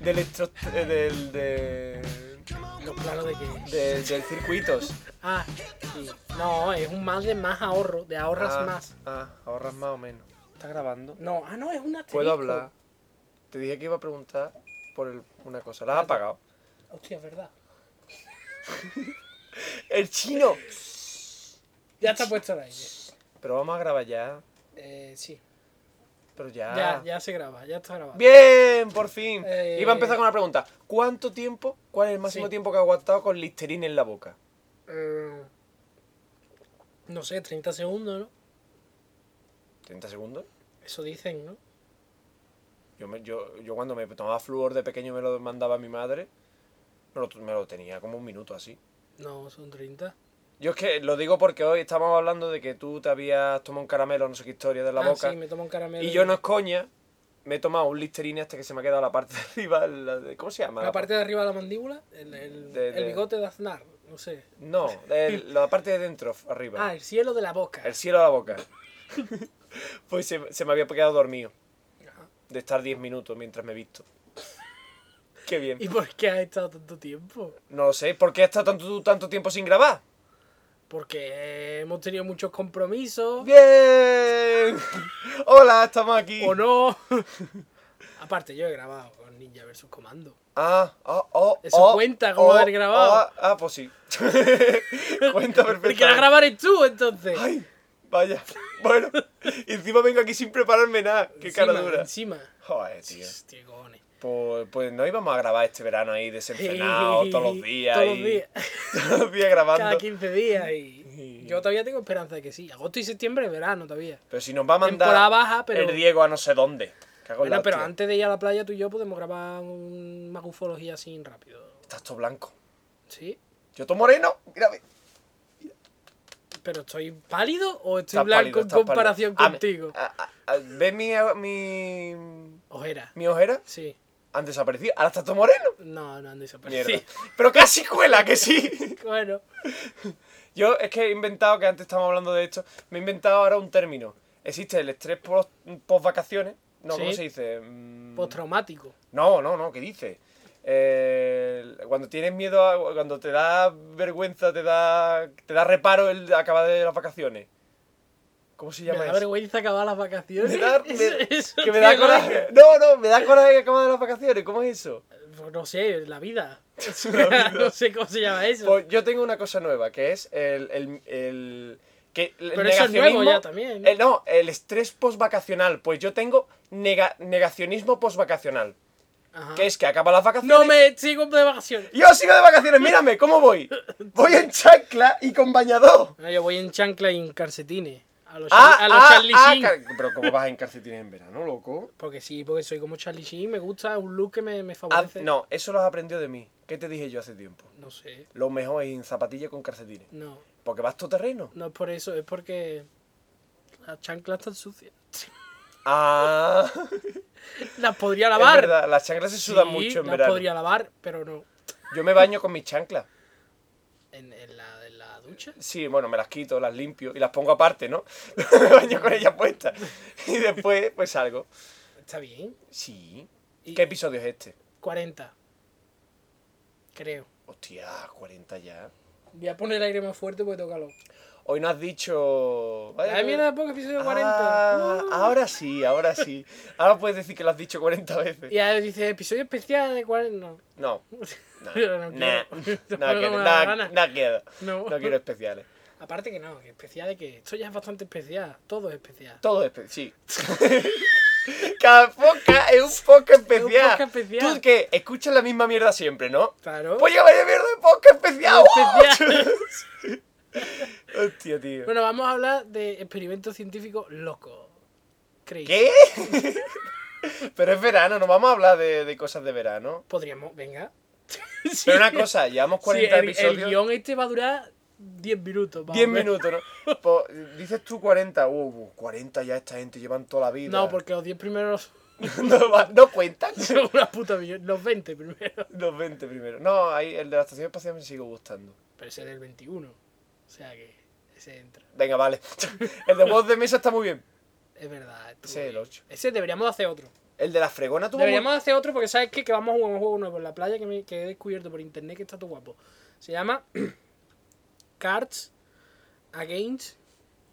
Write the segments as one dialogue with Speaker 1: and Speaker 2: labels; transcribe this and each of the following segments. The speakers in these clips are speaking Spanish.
Speaker 1: de electro... eh, del, de,
Speaker 2: Los planos de que.
Speaker 1: de- del circuitos.
Speaker 2: Ah, sí. No, es un mal de más ahorro, de ahorras
Speaker 1: Ah,
Speaker 2: más.
Speaker 1: Ah, ahorras más o menos. ¿Está grabando?
Speaker 2: No, ah, no, es un asterisco.
Speaker 1: ¿Puedo hablar? Te dije que iba a preguntar por el- una cosa. ¿La has apagado?
Speaker 2: Hostia, es verdad.
Speaker 1: ¡El chino!
Speaker 2: Ya está puesto el aire.
Speaker 1: Pero vamos a grabar ya.
Speaker 2: Eh, sí.
Speaker 1: Pero ya.
Speaker 2: Ya, ya se graba, ya está grabado.
Speaker 1: Bien, por fin.
Speaker 2: Eh.
Speaker 1: Iba a empezar con una pregunta. ¿Cuánto tiempo, cuál es el máximo
Speaker 2: Sí.
Speaker 1: tiempo que ha aguantado con Listerine en la boca?
Speaker 2: Eh, no sé, 30 segundos, ¿no?
Speaker 1: ¿30 segundos?
Speaker 2: Eso dicen, ¿no?
Speaker 1: Yo, me- yo, yo cuando me tomaba flúor de pequeño me lo mandaba mi madre, me lo, me lo tenía como un minuto así.
Speaker 2: No, son 30.
Speaker 1: Yo es que lo digo porque hoy estábamos hablando de que tú te habías tomado un caramelo, no sé qué historia, de la
Speaker 2: ah,
Speaker 1: boca.
Speaker 2: sí, me tomo un caramelo.
Speaker 1: y yo no es coña, me he tomado un Listerine hasta que se me ha quedado la parte de arriba, la de- ¿cómo se llama?
Speaker 2: La parte de arriba de la mandíbula, el, el-
Speaker 1: De-
Speaker 2: el
Speaker 1: de-
Speaker 2: bigote de Aznar, no sé.
Speaker 1: No, de la parte de dentro, arriba.
Speaker 2: Ah, el cielo de la boca.
Speaker 1: El cielo a la boca. pues se, se me había quedado dormido.
Speaker 2: Ajá.
Speaker 1: De estar 10 minutos mientras me he visto. Qué bien.
Speaker 2: ¿Y por qué has estado tanto tiempo?
Speaker 1: No lo sé, ¿por qué has estado tanto, tú tanto tiempo sin grabar?
Speaker 2: Porque hemos tenido muchos compromisos.
Speaker 1: ¡Bien! Hola, estamos aquí.
Speaker 2: ¿O no? Aparte, yo he grabado con Ninja vs. Comando.
Speaker 1: Ah, oh, oh,
Speaker 2: Eso
Speaker 1: oh,
Speaker 2: cuenta como haber grabado.
Speaker 1: ah, ah, pues sí. cuenta
Speaker 2: ¿Por qué la
Speaker 1: perfectamente.
Speaker 2: grabaré tú, entonces?
Speaker 1: Ay, vaya. Bueno, y encima vengo aquí sin prepararme nada. Qué cara
Speaker 2: Encima,
Speaker 1: dura.
Speaker 2: Encima.
Speaker 1: Joder, tío.
Speaker 2: Hostia, cojones.
Speaker 1: Pues, pues no íbamos a grabar este verano ahí desenfrenado todos los días.
Speaker 2: Todos los
Speaker 1: y-
Speaker 2: días.
Speaker 1: todos los días grabando.
Speaker 2: Cada 15 días. Y yo todavía tengo esperanza de que sí. Agosto y septiembre, verano todavía.
Speaker 1: Pero si nos va a
Speaker 2: Temporada
Speaker 1: mandar
Speaker 2: baja, pero-
Speaker 1: el Diego a no sé dónde. Cago en
Speaker 2: Bueno,
Speaker 1: la
Speaker 2: pero
Speaker 1: hostia.
Speaker 2: antes de ir a la playa, tú y yo podemos grabar una ufología así rápido.
Speaker 1: Estás todo blanco.
Speaker 2: ¿Sí?
Speaker 1: Yo estoy moreno. Mírame.
Speaker 2: ¿Pero estoy pálido o estoy
Speaker 1: Estás pálido, Ah,
Speaker 2: blanco
Speaker 1: estás
Speaker 2: en comparación
Speaker 1: pálido. A-
Speaker 2: contigo?
Speaker 1: a- a- a- ah, ¿Ves mi, mi,
Speaker 2: Ojera.
Speaker 1: mi ojera?
Speaker 2: Sí.
Speaker 1: Han desaparecido. Ahora estás todo moreno.
Speaker 2: No, no han
Speaker 1: Mierda.
Speaker 2: desaparecido.
Speaker 1: Pero casi cuela, que sí.
Speaker 2: Bueno.
Speaker 1: Yo es que he inventado, que antes estábamos hablando de esto, me he inventado ahora un término. Existe el estrés post, vacaciones. No, ¿cómo
Speaker 2: Sí.
Speaker 1: se dice? Mm,
Speaker 2: Postraumático.
Speaker 1: No, no, no, ¿qué dices? Eh, cuando tienes miedo, a- cuando te da vergüenza, te da, te da reparo el acabar de las vacaciones. ¿Cómo se
Speaker 2: Me
Speaker 1: llama
Speaker 2: da
Speaker 1: eso?
Speaker 2: vergüenza acabar las vacaciones.
Speaker 1: Me da-
Speaker 2: Eso-
Speaker 1: me-
Speaker 2: eso
Speaker 1: que me da
Speaker 2: tiene
Speaker 1: coraje. No, no, me da coraje que acabar de las vacaciones. ¿Cómo es eso?
Speaker 2: lógica. Pues No sé, la vida.
Speaker 1: vida.
Speaker 2: no sé cómo se llama eso.
Speaker 1: Pues yo tengo una cosa nueva, que es el... el- el- que el
Speaker 2: Pero eso es nuevo ya también. ¿no?
Speaker 1: el- no, el estrés postvacacional. Pues yo tengo nega- negacionismo postvacacional.
Speaker 2: Ajá.
Speaker 1: Que es que acaba las vacaciones...
Speaker 2: Ah. No me sigo de vacaciones.
Speaker 1: Yo sigo de vacaciones, mírame, ¿cómo voy? Voy en chancla y con bañador.
Speaker 2: No, yo voy en chancla y en calcetines. A los,
Speaker 1: Ah,
Speaker 2: Char- a los
Speaker 1: ah,
Speaker 2: Charlie
Speaker 1: ah,
Speaker 2: Sheen.
Speaker 1: car- Pero ¿cómo vas en calcetines en verano, loco?
Speaker 2: Porque sí, porque soy como Charlie Sheen. Me gusta es un look que me, me
Speaker 1: Ah,
Speaker 2: favorece.
Speaker 1: no, eso lo has aprendido de mí. ¿Qué te dije yo hace tiempo?
Speaker 2: No sé.
Speaker 1: Lo mejor es en zapatilla con calcetines.
Speaker 2: No.
Speaker 1: Porque vas tu terreno.
Speaker 2: No es por eso. Es porque las chanclas están sucias.
Speaker 1: Ah,
Speaker 2: Las podría
Speaker 1: es
Speaker 2: lavar.
Speaker 1: verdad, las chanclas se sudan
Speaker 2: Sí,
Speaker 1: mucho en
Speaker 2: las
Speaker 1: verano.
Speaker 2: podría lavar, pero no.
Speaker 1: Yo me baño con mis chanclas.
Speaker 2: En, en la, en la ducha.
Speaker 1: Sí, bueno, me las quito, las limpio y las pongo aparte, ¿no? me baño con ellas puestas. Y después, pues salgo.
Speaker 2: Está bien.
Speaker 1: Sí.
Speaker 2: Y-
Speaker 1: ¿Qué episodio es este?
Speaker 2: 40. Creo.
Speaker 1: Hostia, 40 ya.
Speaker 2: Voy a poner el aire más fuerte porque tócalo.
Speaker 1: Hoy no has dicho.
Speaker 2: Ay, mira, poco episodio 40.
Speaker 1: Ah,
Speaker 2: Uh.
Speaker 1: Ahora sí, ahora sí. Ahora puedes decir que lo has dicho 40 veces.
Speaker 2: Y ahora dice, episodio especial de 40. No.
Speaker 1: No. No,
Speaker 2: Yo no
Speaker 1: nah,
Speaker 2: quiero.
Speaker 1: no
Speaker 2: No me
Speaker 1: quiero,
Speaker 2: da
Speaker 1: nah,
Speaker 2: gana.
Speaker 1: nah quiero.
Speaker 2: No.
Speaker 1: No quiero especiales.
Speaker 2: Aparte que no, que especial de que esto ya es bastante especial. Todo es especial.
Speaker 1: Todo es especial. Sí. Cada poca es un poco especial.
Speaker 2: poca especial.
Speaker 1: Tú que escuchas la misma mierda siempre, ¿no?
Speaker 2: Claro.
Speaker 1: Pues yo vaya mierda de poca especial.
Speaker 2: Especial.
Speaker 1: Hostia, tío.
Speaker 2: bueno, vamos a hablar de experimentos científicos locos. Crazy.
Speaker 1: ¿Qué? Pero es verano, no vamos a hablar de, de cosas de verano.
Speaker 2: Podríamos, venga. Sí.
Speaker 1: Pero una cosa, llevamos
Speaker 2: Sí,
Speaker 1: 40
Speaker 2: el-
Speaker 1: episodios.
Speaker 2: El guión este va a durar 10 minutos. más o
Speaker 1: 10
Speaker 2: menos.
Speaker 1: minutos, ¿no? Po- dices tú 40, uh, uh, 40 ya esta gente llevan toda la vida.
Speaker 2: No, porque los 10 primeros
Speaker 1: no, va- no cuentan.
Speaker 2: son una puta millón. Los 20 primero.
Speaker 1: Los 20 primero. No, ahí el de la estación espacial me sigue gustando.
Speaker 2: Pero ese es del 21. O sea que ese entra.
Speaker 1: Venga, vale. El de voz de mesa está muy bien.
Speaker 2: Es verdad. estuvo
Speaker 1: Ese es el
Speaker 2: bien.
Speaker 1: ocho.
Speaker 2: Ese deberíamos hacer otro.
Speaker 1: El de la fregona tuvo.
Speaker 2: Deberíamos hacer otro porque sabes qué? que vamos a jugar un juego nuevo en la playa que, me, que he descubierto por internet que está todo guapo. Se llama Cards Against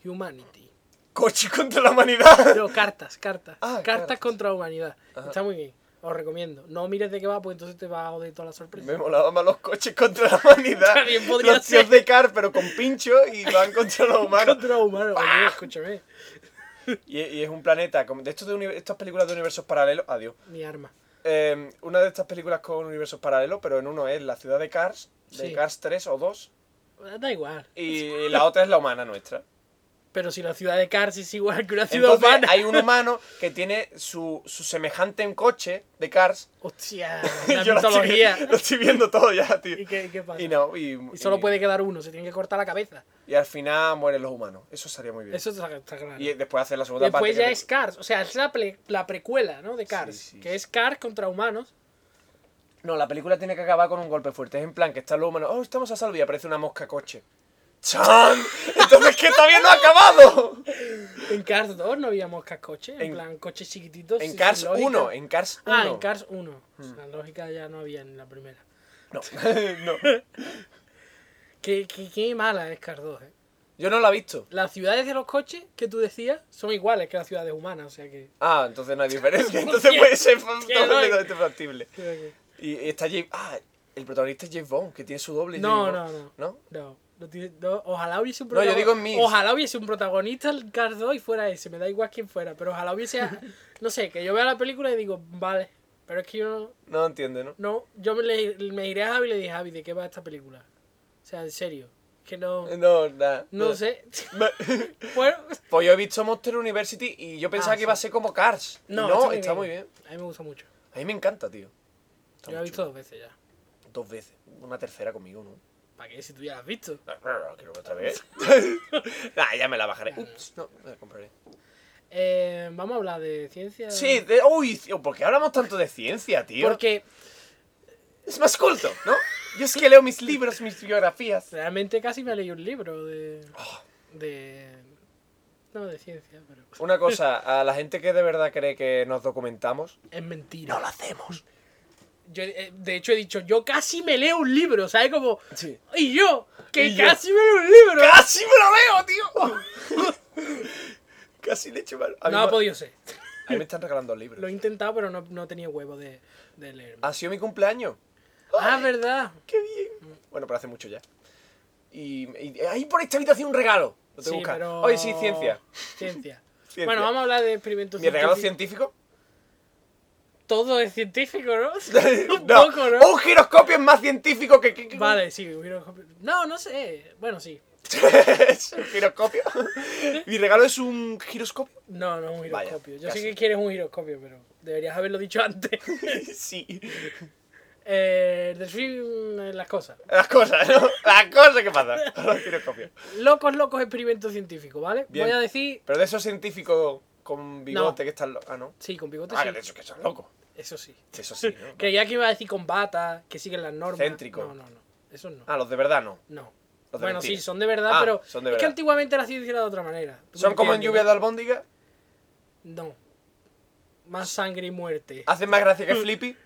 Speaker 2: Humanity.
Speaker 1: Coche contra la humanidad.
Speaker 2: No, cartas, cartas.
Speaker 1: Ah,
Speaker 2: cartas,
Speaker 1: cartas.
Speaker 2: contra la humanidad.
Speaker 1: Ajá.
Speaker 2: Está muy bien. Os recomiendo. No mires de qué va, pues entonces te va a joder toda la
Speaker 1: Me
Speaker 2: sorpresa.
Speaker 1: molaban más los coches contra la humanidad.
Speaker 2: También podría
Speaker 1: los tíos
Speaker 2: ser.
Speaker 1: de car, pero con pincho y van contra los humanos.
Speaker 2: Contra humanos. Oye, escúchame.
Speaker 1: Y, y es un planeta. como- De, estos de uni- estas películas de universos paralelos. Adiós.
Speaker 2: Mi arma.
Speaker 1: Eh, una de estas películas con universos paralelos, pero en uno es la ciudad de Cars, de
Speaker 2: Sí.
Speaker 1: Cars 3 o 2.
Speaker 2: Da igual.
Speaker 1: Y la otra es la humana nuestra.
Speaker 2: Pero si la ciudad de Cars es igual que una ciudad
Speaker 1: Entonces
Speaker 2: humana.
Speaker 1: hay un humano que tiene su, su semejante en coche de Cars.
Speaker 2: Hostia, la
Speaker 1: Yo lo estoy,
Speaker 2: mitología.
Speaker 1: vi- lo estoy viendo todo ya, tío.
Speaker 2: ¿Y qué, qué pasa?
Speaker 1: Y no, y,
Speaker 2: Y solo
Speaker 1: y-
Speaker 2: puede quedar uno, se tiene que cortar la cabeza.
Speaker 1: y al final mueren los humanos. Eso estaría muy bien.
Speaker 2: Eso está, está claro.
Speaker 1: Y después hacer la segunda
Speaker 2: Después
Speaker 1: parte.
Speaker 2: ya
Speaker 1: que-
Speaker 2: es Cars, o sea, es la, pre- la precuela, ¿no? De Cars,
Speaker 1: sí,
Speaker 2: que
Speaker 1: sí.
Speaker 2: es Cars contra humanos.
Speaker 1: No, la película tiene que acabar con un golpe fuerte. Es en plan que está los humanos. Oh, estamos a salvo y aparece una mosca coche. ¡Chan! Entonces que todavía no ha acabado.
Speaker 2: En Cars 2 no había moscas coches, en,
Speaker 1: En-
Speaker 2: plan coches chiquititos.
Speaker 1: En
Speaker 2: sin
Speaker 1: Cars
Speaker 2: lógica.
Speaker 1: 1, en Hmm. Cars 1.
Speaker 2: Ah, en Cars 1. La lógica ya no había en la primera.
Speaker 1: No, no.
Speaker 2: Qué, qué- qué mala es Cars 2, ¿eh?
Speaker 1: Yo no la he visto.
Speaker 2: Las ciudades de los coches que tú decías son iguales que las ciudades humanas, o sea que...
Speaker 1: Ah, entonces no hay diferencia. Entonces puede ser completamente factible.
Speaker 2: creo que-
Speaker 1: Y y está James. Ah, el protagonista es James Bond, que tiene su doble.
Speaker 2: No,
Speaker 1: James
Speaker 2: no,
Speaker 1: Bond.
Speaker 2: no.
Speaker 1: ¿No?
Speaker 2: No, no tiene- no, ojalá hubiese un
Speaker 1: No, yo
Speaker 2: protagonista.
Speaker 1: digo en mí.
Speaker 2: Ojalá hubiese un protagonista en Cars 2 y fuera ese, me da igual quién fuera, pero ojalá hubiese. a- no sé, que yo vea la película y digo, vale, pero es que yo no.
Speaker 1: No entiende, ¿no?
Speaker 2: no yo me, le- me iré a Javi y le dije, Javi, ¿de qué va esta película? O sea, en serio, que no.
Speaker 1: No, nada.
Speaker 2: No sé.
Speaker 1: Me-
Speaker 2: bueno,
Speaker 1: Pues yo he visto Monster University y yo pensaba
Speaker 2: Ah,
Speaker 1: que iba a
Speaker 2: sí.
Speaker 1: ser como Cars. Y
Speaker 2: no,
Speaker 1: No,
Speaker 2: muy
Speaker 1: está muy bien.
Speaker 2: A mí me gusta mucho.
Speaker 1: A mí me encanta, tío. Está
Speaker 2: yo la
Speaker 1: muy
Speaker 2: he visto dos veces ya.
Speaker 1: chulo. dos veces. Una tercera conmigo, ¿no?
Speaker 2: ¿Para qué? Si tú ya la has visto.
Speaker 1: No, no,
Speaker 2: Ah,
Speaker 1: no, quiero ver otra vez. nah, Ah, ya me la bajaré. Ups, no, me la compraré.
Speaker 2: Eh, Vamos a hablar de ciencia.
Speaker 1: Sí, de, uy, tío, ¿por qué hablamos tanto de ciencia, tío?
Speaker 2: Porque
Speaker 1: Es más culto, ¿no? Yo es que leo mis libros, mis biografías. Ah,
Speaker 2: Realmente casi me leí un libro de. de. No, de ciencia, pero.
Speaker 1: Una cosa, a la gente que de verdad cree que nos documentamos,
Speaker 2: Es mentira.
Speaker 1: no lo hacemos.
Speaker 2: Yo, eh, de hecho, he dicho, yo casi me leo un libro, ¿sabes? Como.
Speaker 1: Sí.
Speaker 2: Y yo, que
Speaker 1: Y yo.
Speaker 2: casi me leo un libro.
Speaker 1: ¡Casi me lo leo, tío! Casi le he hecho mal. A mí,
Speaker 2: No ha
Speaker 1: me-
Speaker 2: podido ser.
Speaker 1: a mí me están regalando
Speaker 2: Lo
Speaker 1: libros.
Speaker 2: he intentado, pero no, no tenía huevo de, de leerme.
Speaker 1: Ha sido mi cumpleaños.
Speaker 2: Ah, verdad.
Speaker 1: ¡Qué bien! Bueno, pero hace mucho ya. Y, y ahí por esta habitación un regalo. Lo tengo que
Speaker 2: Sí,
Speaker 1: buscar.
Speaker 2: pero.
Speaker 1: Oye, sí, ciencia.
Speaker 2: Ciencia.
Speaker 1: Ciencia.
Speaker 2: Bueno, vamos a hablar de experimentos
Speaker 1: ¿Mi regalo
Speaker 2: científicos.
Speaker 1: científico?
Speaker 2: Todo es científico, ¿no? un
Speaker 1: No,
Speaker 2: poco, ¿no?
Speaker 1: Un giroscopio es más científico que... que- que-
Speaker 2: Vale, sí. hubiera- No, no sé. Bueno, sí.
Speaker 1: es un giroscopio. Mi regalo es un giroscopio.
Speaker 2: No, no es un
Speaker 1: Vaya,
Speaker 2: giroscopio. Yo
Speaker 1: casi.
Speaker 2: sé que quieres un giroscopio, pero deberías haberlo dicho antes.
Speaker 1: Sí.
Speaker 2: eh, describe, eh, las cosas.
Speaker 1: Las cosas, ¿no? Las cosas que pasan. Los giroscopios.
Speaker 2: Locos, locos experimentos científicos, ¿vale?
Speaker 1: Bien.
Speaker 2: Voy a decir.
Speaker 1: Pero de esos científicos con bigote que están locos. Ah, no.
Speaker 2: Sí, con bigote
Speaker 1: Ah,
Speaker 2: sí.
Speaker 1: que de esos que son locos.
Speaker 2: Eso sí.
Speaker 1: Eso sí, ¿no?
Speaker 2: Creía que iba a decir con bata, que siguen las normas.
Speaker 1: Céntrico.
Speaker 2: No, no, no. Eso no.
Speaker 1: Ah, los de verdad no.
Speaker 2: No.
Speaker 1: Los de
Speaker 2: Bueno, sí,
Speaker 1: mentira.
Speaker 2: son de verdad,
Speaker 1: Ah,
Speaker 2: pero.
Speaker 1: son de
Speaker 2: Es que
Speaker 1: verdad.
Speaker 2: antiguamente la ciencia era de otra manera. ¿Tú
Speaker 1: Son
Speaker 2: me
Speaker 1: como en
Speaker 2: entiendes,
Speaker 1: lluvia
Speaker 2: no?
Speaker 1: de albóndiga.
Speaker 2: No. Más sangre y muerte.
Speaker 1: Hacen más gracia que Flippy.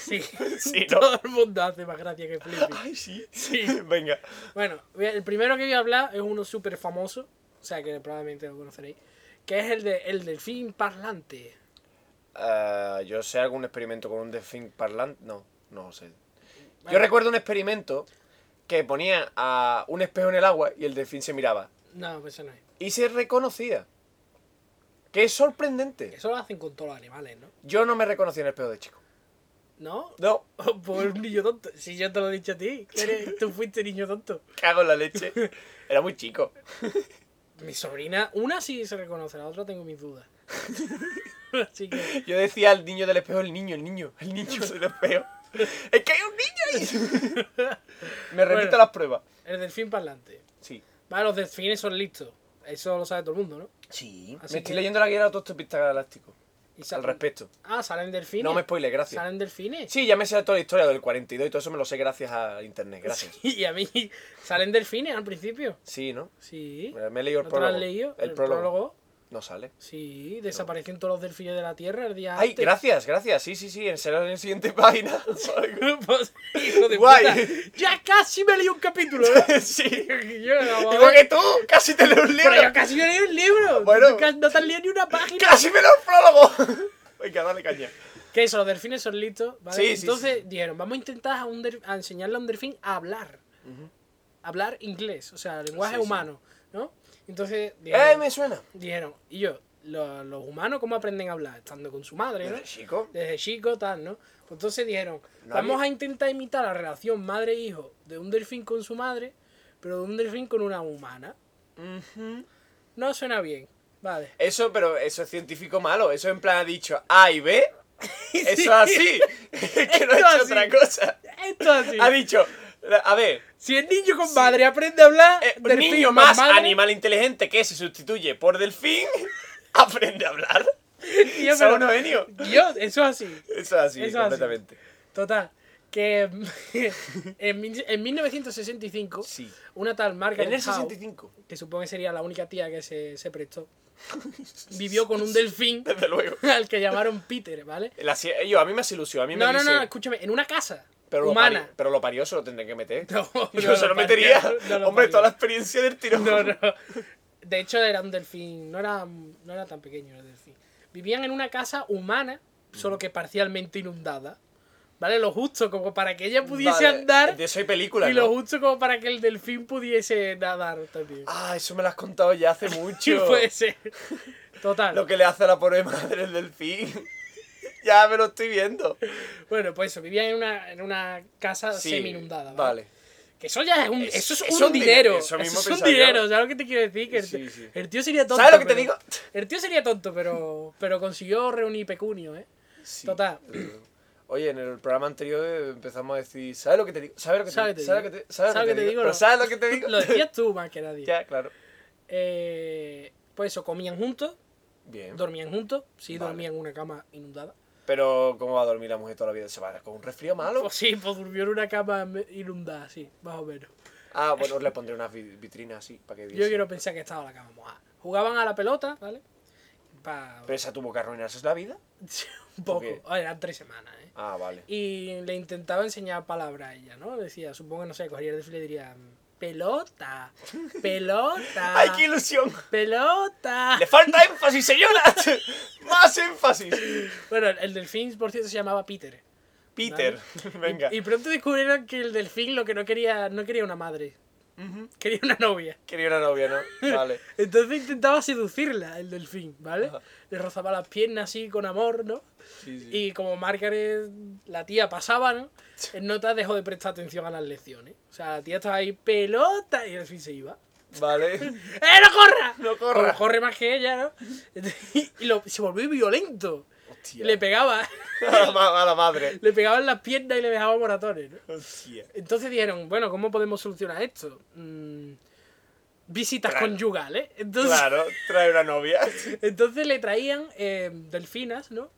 Speaker 2: Sí.
Speaker 1: Ah, Sí, ¿no?
Speaker 2: Todo el mundo hace más gracia que Flippy.
Speaker 1: Ay, sí.
Speaker 2: Sí.
Speaker 1: Venga.
Speaker 2: Bueno, voy a- el primero que voy a hablar es uno súper famoso, o sea que probablemente lo conoceréis, que es el de el delfín parlante.
Speaker 1: Ah, yo sé algún experimento con un delfín parlante. No, no sé.
Speaker 2: Vale.
Speaker 1: Yo recuerdo un experimento que ponía a un espejo en el agua y el delfín se miraba.
Speaker 2: No, pues eso no es.
Speaker 1: Y se reconocía. Que es sorprendente.
Speaker 2: Eso lo hacen con todos los animales, ¿no?
Speaker 1: Yo no me reconocí en el espejo de chico.
Speaker 2: ¿No?
Speaker 1: No,
Speaker 2: Por un niño tonto. Si yo te lo he dicho a ti, que eres- tú fuiste niño tonto.
Speaker 1: cago en la leche. Era muy chico.
Speaker 2: Mi sobrina, una sí se reconoce, la otra tengo mis dudas. Así que.
Speaker 1: Yo decía al niño del espejo, el niño, el niño, el niño del espejo. Es que hay un niño ahí. Me repito
Speaker 2: Bueno.
Speaker 1: las pruebas.
Speaker 2: El delfín parlante.
Speaker 1: Sí.
Speaker 2: Vale, los delfines son listos. Eso lo sabe todo el mundo, ¿no?
Speaker 1: Sí.
Speaker 2: Así
Speaker 1: me estoy
Speaker 2: que-
Speaker 1: leyendo la guía del autostopista galáctico.
Speaker 2: Y
Speaker 1: Al
Speaker 2: salen-
Speaker 1: respecto.
Speaker 2: Ah, salen delfines.
Speaker 1: No me spoiles, gracias.
Speaker 2: Salen delfines.
Speaker 1: Sí, ya me sé toda la historia del 42 y todo eso me lo sé gracias a internet, gracias.
Speaker 2: Sí, y a mí salen delfines al principio.
Speaker 1: Sí, ¿no?
Speaker 2: Sí.
Speaker 1: Me he leído el
Speaker 2: ¿No te lo
Speaker 1: prólogo.
Speaker 2: has leído?
Speaker 1: El, prólogo. No sale.
Speaker 2: Sí, desaparecen todos los delfines de la Tierra el día
Speaker 1: Ay,
Speaker 2: antes.
Speaker 1: gracias, gracias. Sí, sí, sí. En será en la siguiente página.
Speaker 2: Pues, hijo de
Speaker 1: Guay.
Speaker 2: puta. Ya casi me leí un capítulo, ¿eh?
Speaker 1: sí.
Speaker 2: Yo, vamos a
Speaker 1: Igual
Speaker 2: ver.
Speaker 1: que tú, casi te leo un libro.
Speaker 2: Pero yo casi me leí un libro.
Speaker 1: Bueno.
Speaker 2: Tú ca- No te has leído ni una página.
Speaker 1: Casi me leo un prólogo. Venga, dale caña.
Speaker 2: Que eso, los delfines son listos, ¿vale?
Speaker 1: Sí, sí,
Speaker 2: Entonces dijeron, vamos a intentar a, un delf- a enseñarle a un delfín a hablar. Hablar inglés, o sea, lenguaje
Speaker 1: Sí, sí.
Speaker 2: humano, ¿no? Entonces
Speaker 1: Eh,
Speaker 2: dijeron,
Speaker 1: me suena.
Speaker 2: dijeron, y yo, lo- los humanos, ¿cómo aprenden a hablar? Estando con su madre, ¿no?
Speaker 1: Desde chico.
Speaker 2: Desde chico, tal, ¿no? Pues entonces dijeron,
Speaker 1: Nadie-
Speaker 2: vamos a intentar imitar la relación madre-hijo de un delfín con su madre, pero de un delfín con una humana.
Speaker 1: Ujú.
Speaker 2: No suena bien, vale.
Speaker 1: Eso, pero eso es científico malo. Eso en plan ha dicho A y B. Eso es así. que no ha
Speaker 2: Esto
Speaker 1: hecho
Speaker 2: así.
Speaker 1: otra cosa.
Speaker 2: Esto así.
Speaker 1: Ha dicho, a ver,
Speaker 2: Si el niño con madre aprende a hablar,
Speaker 1: eh, un
Speaker 2: delfín
Speaker 1: niño más
Speaker 2: madre,
Speaker 1: animal inteligente que se sustituye por delfín aprende a hablar.
Speaker 2: y yo,
Speaker 1: Son
Speaker 2: pero-
Speaker 1: unos genios.
Speaker 2: Dios, eso es así.
Speaker 1: Eso es así,
Speaker 2: Eso es así.
Speaker 1: completamente.
Speaker 2: Total. Que en, mil- en 1965,
Speaker 1: Sí.
Speaker 2: una tal Margaret
Speaker 1: En el
Speaker 2: Howe,
Speaker 1: 65,
Speaker 2: que supongo que sería la única tía que se, se prestó, vivió con un delfín
Speaker 1: desde luego.
Speaker 2: al que llamaron Peter, ¿vale?
Speaker 1: La sie- yo, a mí me hace ilusión, a mí me
Speaker 2: No, no,
Speaker 1: dice,
Speaker 2: no, escúchame, en una casa
Speaker 1: pero, lo
Speaker 2: humana.
Speaker 1: parió, pero lo parió, se lo tendré que meter.
Speaker 2: No,
Speaker 1: yo
Speaker 2: no
Speaker 1: se lo
Speaker 2: parió,
Speaker 1: metería.
Speaker 2: no lo
Speaker 1: Hombre,
Speaker 2: parió.
Speaker 1: toda la experiencia del tirón.
Speaker 2: No, no. De hecho, era un delfín. No era, no era tan pequeño el delfín. Vivían en una casa humana,
Speaker 1: Mm.
Speaker 2: solo que parcialmente inundada. ¿Vale? Lo justo como para que ella pudiese
Speaker 1: Vale,
Speaker 2: andar.
Speaker 1: De eso hay películas,
Speaker 2: y lo
Speaker 1: ¿no?
Speaker 2: justo como para que el delfín pudiese nadar también.
Speaker 1: Ah, eso me lo has contado ya hace
Speaker 2: Sí,
Speaker 1: mucho.
Speaker 2: puede ser. Total.
Speaker 1: Lo que le hace a la pobre madre el delfín. ya me lo estoy viendo.
Speaker 2: Bueno, pues eso. Vivían en una, en una casa
Speaker 1: Sí,
Speaker 2: semi-inundada. ¿vale?
Speaker 1: Vale.
Speaker 2: Que eso ya es un,
Speaker 1: Es-
Speaker 2: eso es
Speaker 1: eso
Speaker 2: un
Speaker 1: di-
Speaker 2: dinero.
Speaker 1: eso
Speaker 2: Eso,
Speaker 1: mismo
Speaker 2: es un
Speaker 1: pensaba yo.
Speaker 2: dinero. ¿Sabes lo que te quiero decir? Que el,
Speaker 1: Sí, sí.
Speaker 2: el tío sería tonto.
Speaker 1: ¿Sabes lo que te
Speaker 2: pero-
Speaker 1: digo?
Speaker 2: El tío sería tonto, pero, pero consiguió reunir pecunio, ¿eh?
Speaker 1: Sí.
Speaker 2: Total.
Speaker 1: Oye, en el programa anterior eh, empezamos a decir, ¿sabes lo que te digo? ¿Sabes lo que te
Speaker 2: ¿Sabes
Speaker 1: digo?
Speaker 2: lo que te digo?
Speaker 1: ¿Sabes lo que te digo? Pero
Speaker 2: no?
Speaker 1: ¿Sabes lo que te digo?
Speaker 2: Lo decías tú más que nadie.
Speaker 1: Ya, claro.
Speaker 2: Eh, pues eso, comían juntos,
Speaker 1: Bien.
Speaker 2: dormían juntos. Sí,
Speaker 1: Vale.
Speaker 2: dormían en una cama inundada.
Speaker 1: Pero, ¿cómo va a dormir la mujer toda la vida? ¿Se va a dar con un resfrío malo?
Speaker 2: Pues sí, pues durmió en una cama me- inundada, sí, más o menos.
Speaker 1: Ah, bueno, le pondré unas vi- vitrinas así para que
Speaker 2: Yo
Speaker 1: viese.
Speaker 2: quiero pensar que estaba la cama mojada. Jugaban a la pelota, ¿vale? Pa...
Speaker 1: Pero esa tuvo que arruinarse la vida.
Speaker 2: Un poco.
Speaker 1: Ok.
Speaker 2: Ah, Eran tres semanas, ¿eh?
Speaker 1: Ah, vale.
Speaker 2: Y le intentaba enseñar palabras a ella, ¿no? Decía, supongo que no sé, cogería el desfile y le diría, pelota, pelota.
Speaker 1: ¡Ay, qué ilusión!
Speaker 2: ¡Pelota!
Speaker 1: ¡Le falta énfasis, señora! ¡Más énfasis!
Speaker 2: Bueno, el delfín, por cierto, se llamaba Peter.
Speaker 1: Peter, venga.
Speaker 2: Y pronto descubrieron que el delfín lo que no quería, no quería una madre,
Speaker 1: Ujú.
Speaker 2: quería una novia.
Speaker 1: Quería una novia, ¿no? Vale.
Speaker 2: Entonces intentaba seducirla, el delfín, ¿vale?
Speaker 1: Ajá.
Speaker 2: Le rozaba las piernas así con amor, ¿no?
Speaker 1: Sí, sí.
Speaker 2: Y como Margaret, la tía, pasaba, ¿no? En nota dejó de prestar atención a las lecciones. O sea, la tía estaba ahí, pelota, y el delfín se iba.
Speaker 1: Vale.
Speaker 2: ¡Eh, no corra!
Speaker 1: No corra.
Speaker 2: Como corre más que ella, ¿no? Y lo- se volvió violento.
Speaker 1: Hostia.
Speaker 2: Le pegaba,
Speaker 1: a, la, ma- a la madre.
Speaker 2: le pegaban las piernas y le dejaba moratones, ¿no?
Speaker 1: Hostia.
Speaker 2: Entonces dijeron, bueno, ¿cómo podemos solucionar esto? Mm, visitas
Speaker 1: Claro.
Speaker 2: conyugales. ¿eh? Entonces,
Speaker 1: Claro, trae una novia.
Speaker 2: entonces le traían eh, delfinas, ¿no?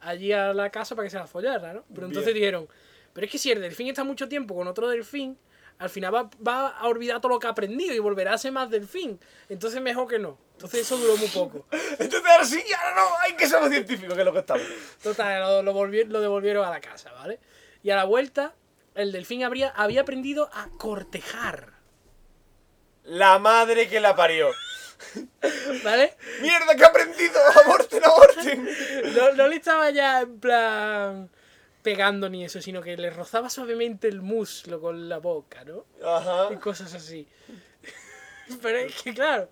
Speaker 2: Allí a la casa para que se las follara, ¿no? Pero entonces
Speaker 1: Bien.
Speaker 2: dijeron, pero es que si el delfín está mucho tiempo con otro delfín, al final va, va a olvidar todo lo que ha aprendido y volverá a ser más delfín. Entonces mejor que no. Entonces eso duró muy poco.
Speaker 1: Entonces ahora sí, ahora no. Hay que somos científicos, que es lo que estamos.
Speaker 2: Total, lo, lo volvi- lo devolvieron a la casa, ¿vale? Y a la vuelta, el delfín habría, había aprendido a cortejar,
Speaker 1: La madre que la parió.
Speaker 2: ¿vale?
Speaker 1: ¡Mierda, que he aprendido! ¡Aborten, aborten!
Speaker 2: No, no le estaba ya en plan pegando ni eso, sino que le rozaba suavemente el muslo con la boca, ¿no?
Speaker 1: Ajá.
Speaker 2: Y cosas así. Pero es que, claro.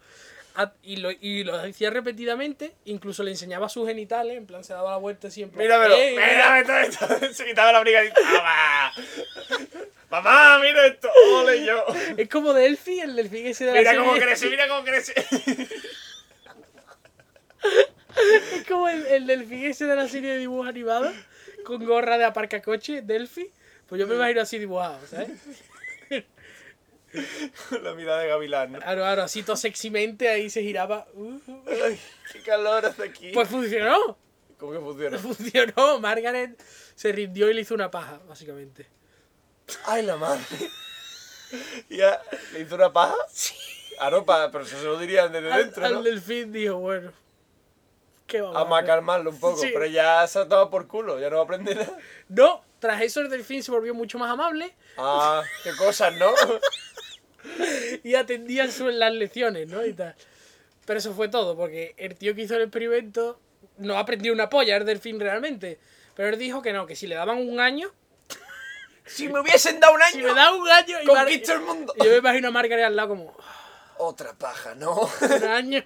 Speaker 2: a- y, lo, y lo hacía repetidamente, incluso le enseñaba sus genitales, en plan se daba la vuelta siempre.
Speaker 1: Míramelo.
Speaker 2: ¡Eh, mira!
Speaker 1: Mírame todo esto. Se quitaba la briga y ¡Mamá! ¡Mamá, mira esto! ¡Ole yo!
Speaker 2: Es como Delphi, el delfín ese de la
Speaker 1: Mira cómo
Speaker 2: serie.
Speaker 1: crece, mira cómo crece.
Speaker 2: Es como el, el delfín ese de la serie de dibujos animados, con gorra de aparcacoche, Delphi. Pues yo me imagino así dibujado, ¿sabes?
Speaker 1: la mirada de Gavilán. ¿no?
Speaker 2: Claro, claro, así todo sexymente ahí se giraba. Uh, uh.
Speaker 1: Ay, qué calor hace aquí.
Speaker 2: Pues funcionó.
Speaker 1: ¿Cómo que funciona?
Speaker 2: Funcionó. Margaret se rindió y le hizo una paja, básicamente.
Speaker 1: ¡Ay, la madre! Ya, ¿le hizo una paja? Sí. Ah, no, pa- pero eso se lo dirían desde
Speaker 2: Al,
Speaker 1: dentro,
Speaker 2: al
Speaker 1: ¿no?
Speaker 2: delfín dijo, bueno, ¿Qué vamos a
Speaker 1: Vamos a
Speaker 2: hacer?
Speaker 1: calmarlo un poco,
Speaker 2: Sí.
Speaker 1: pero ya se ha tomado por culo, ya no va a aprender nada.
Speaker 2: No, tras eso el delfín se volvió mucho más amable
Speaker 1: Ah, qué cosas, ¿no?
Speaker 2: y atendía su- las lecciones, ¿no? Y tal. Pero eso fue todo, porque el tío que hizo el experimento no aprendió una polla el delfín realmente. Pero él dijo que no, que si le daban un año,
Speaker 1: si me hubiesen dado un
Speaker 2: si
Speaker 1: año,
Speaker 2: me da un año, y Mar-
Speaker 1: conquisto el mundo.
Speaker 2: y yo me imagino a Margaret al lado como, "Ah,
Speaker 1: Otra paja, ¿no?
Speaker 2: un año.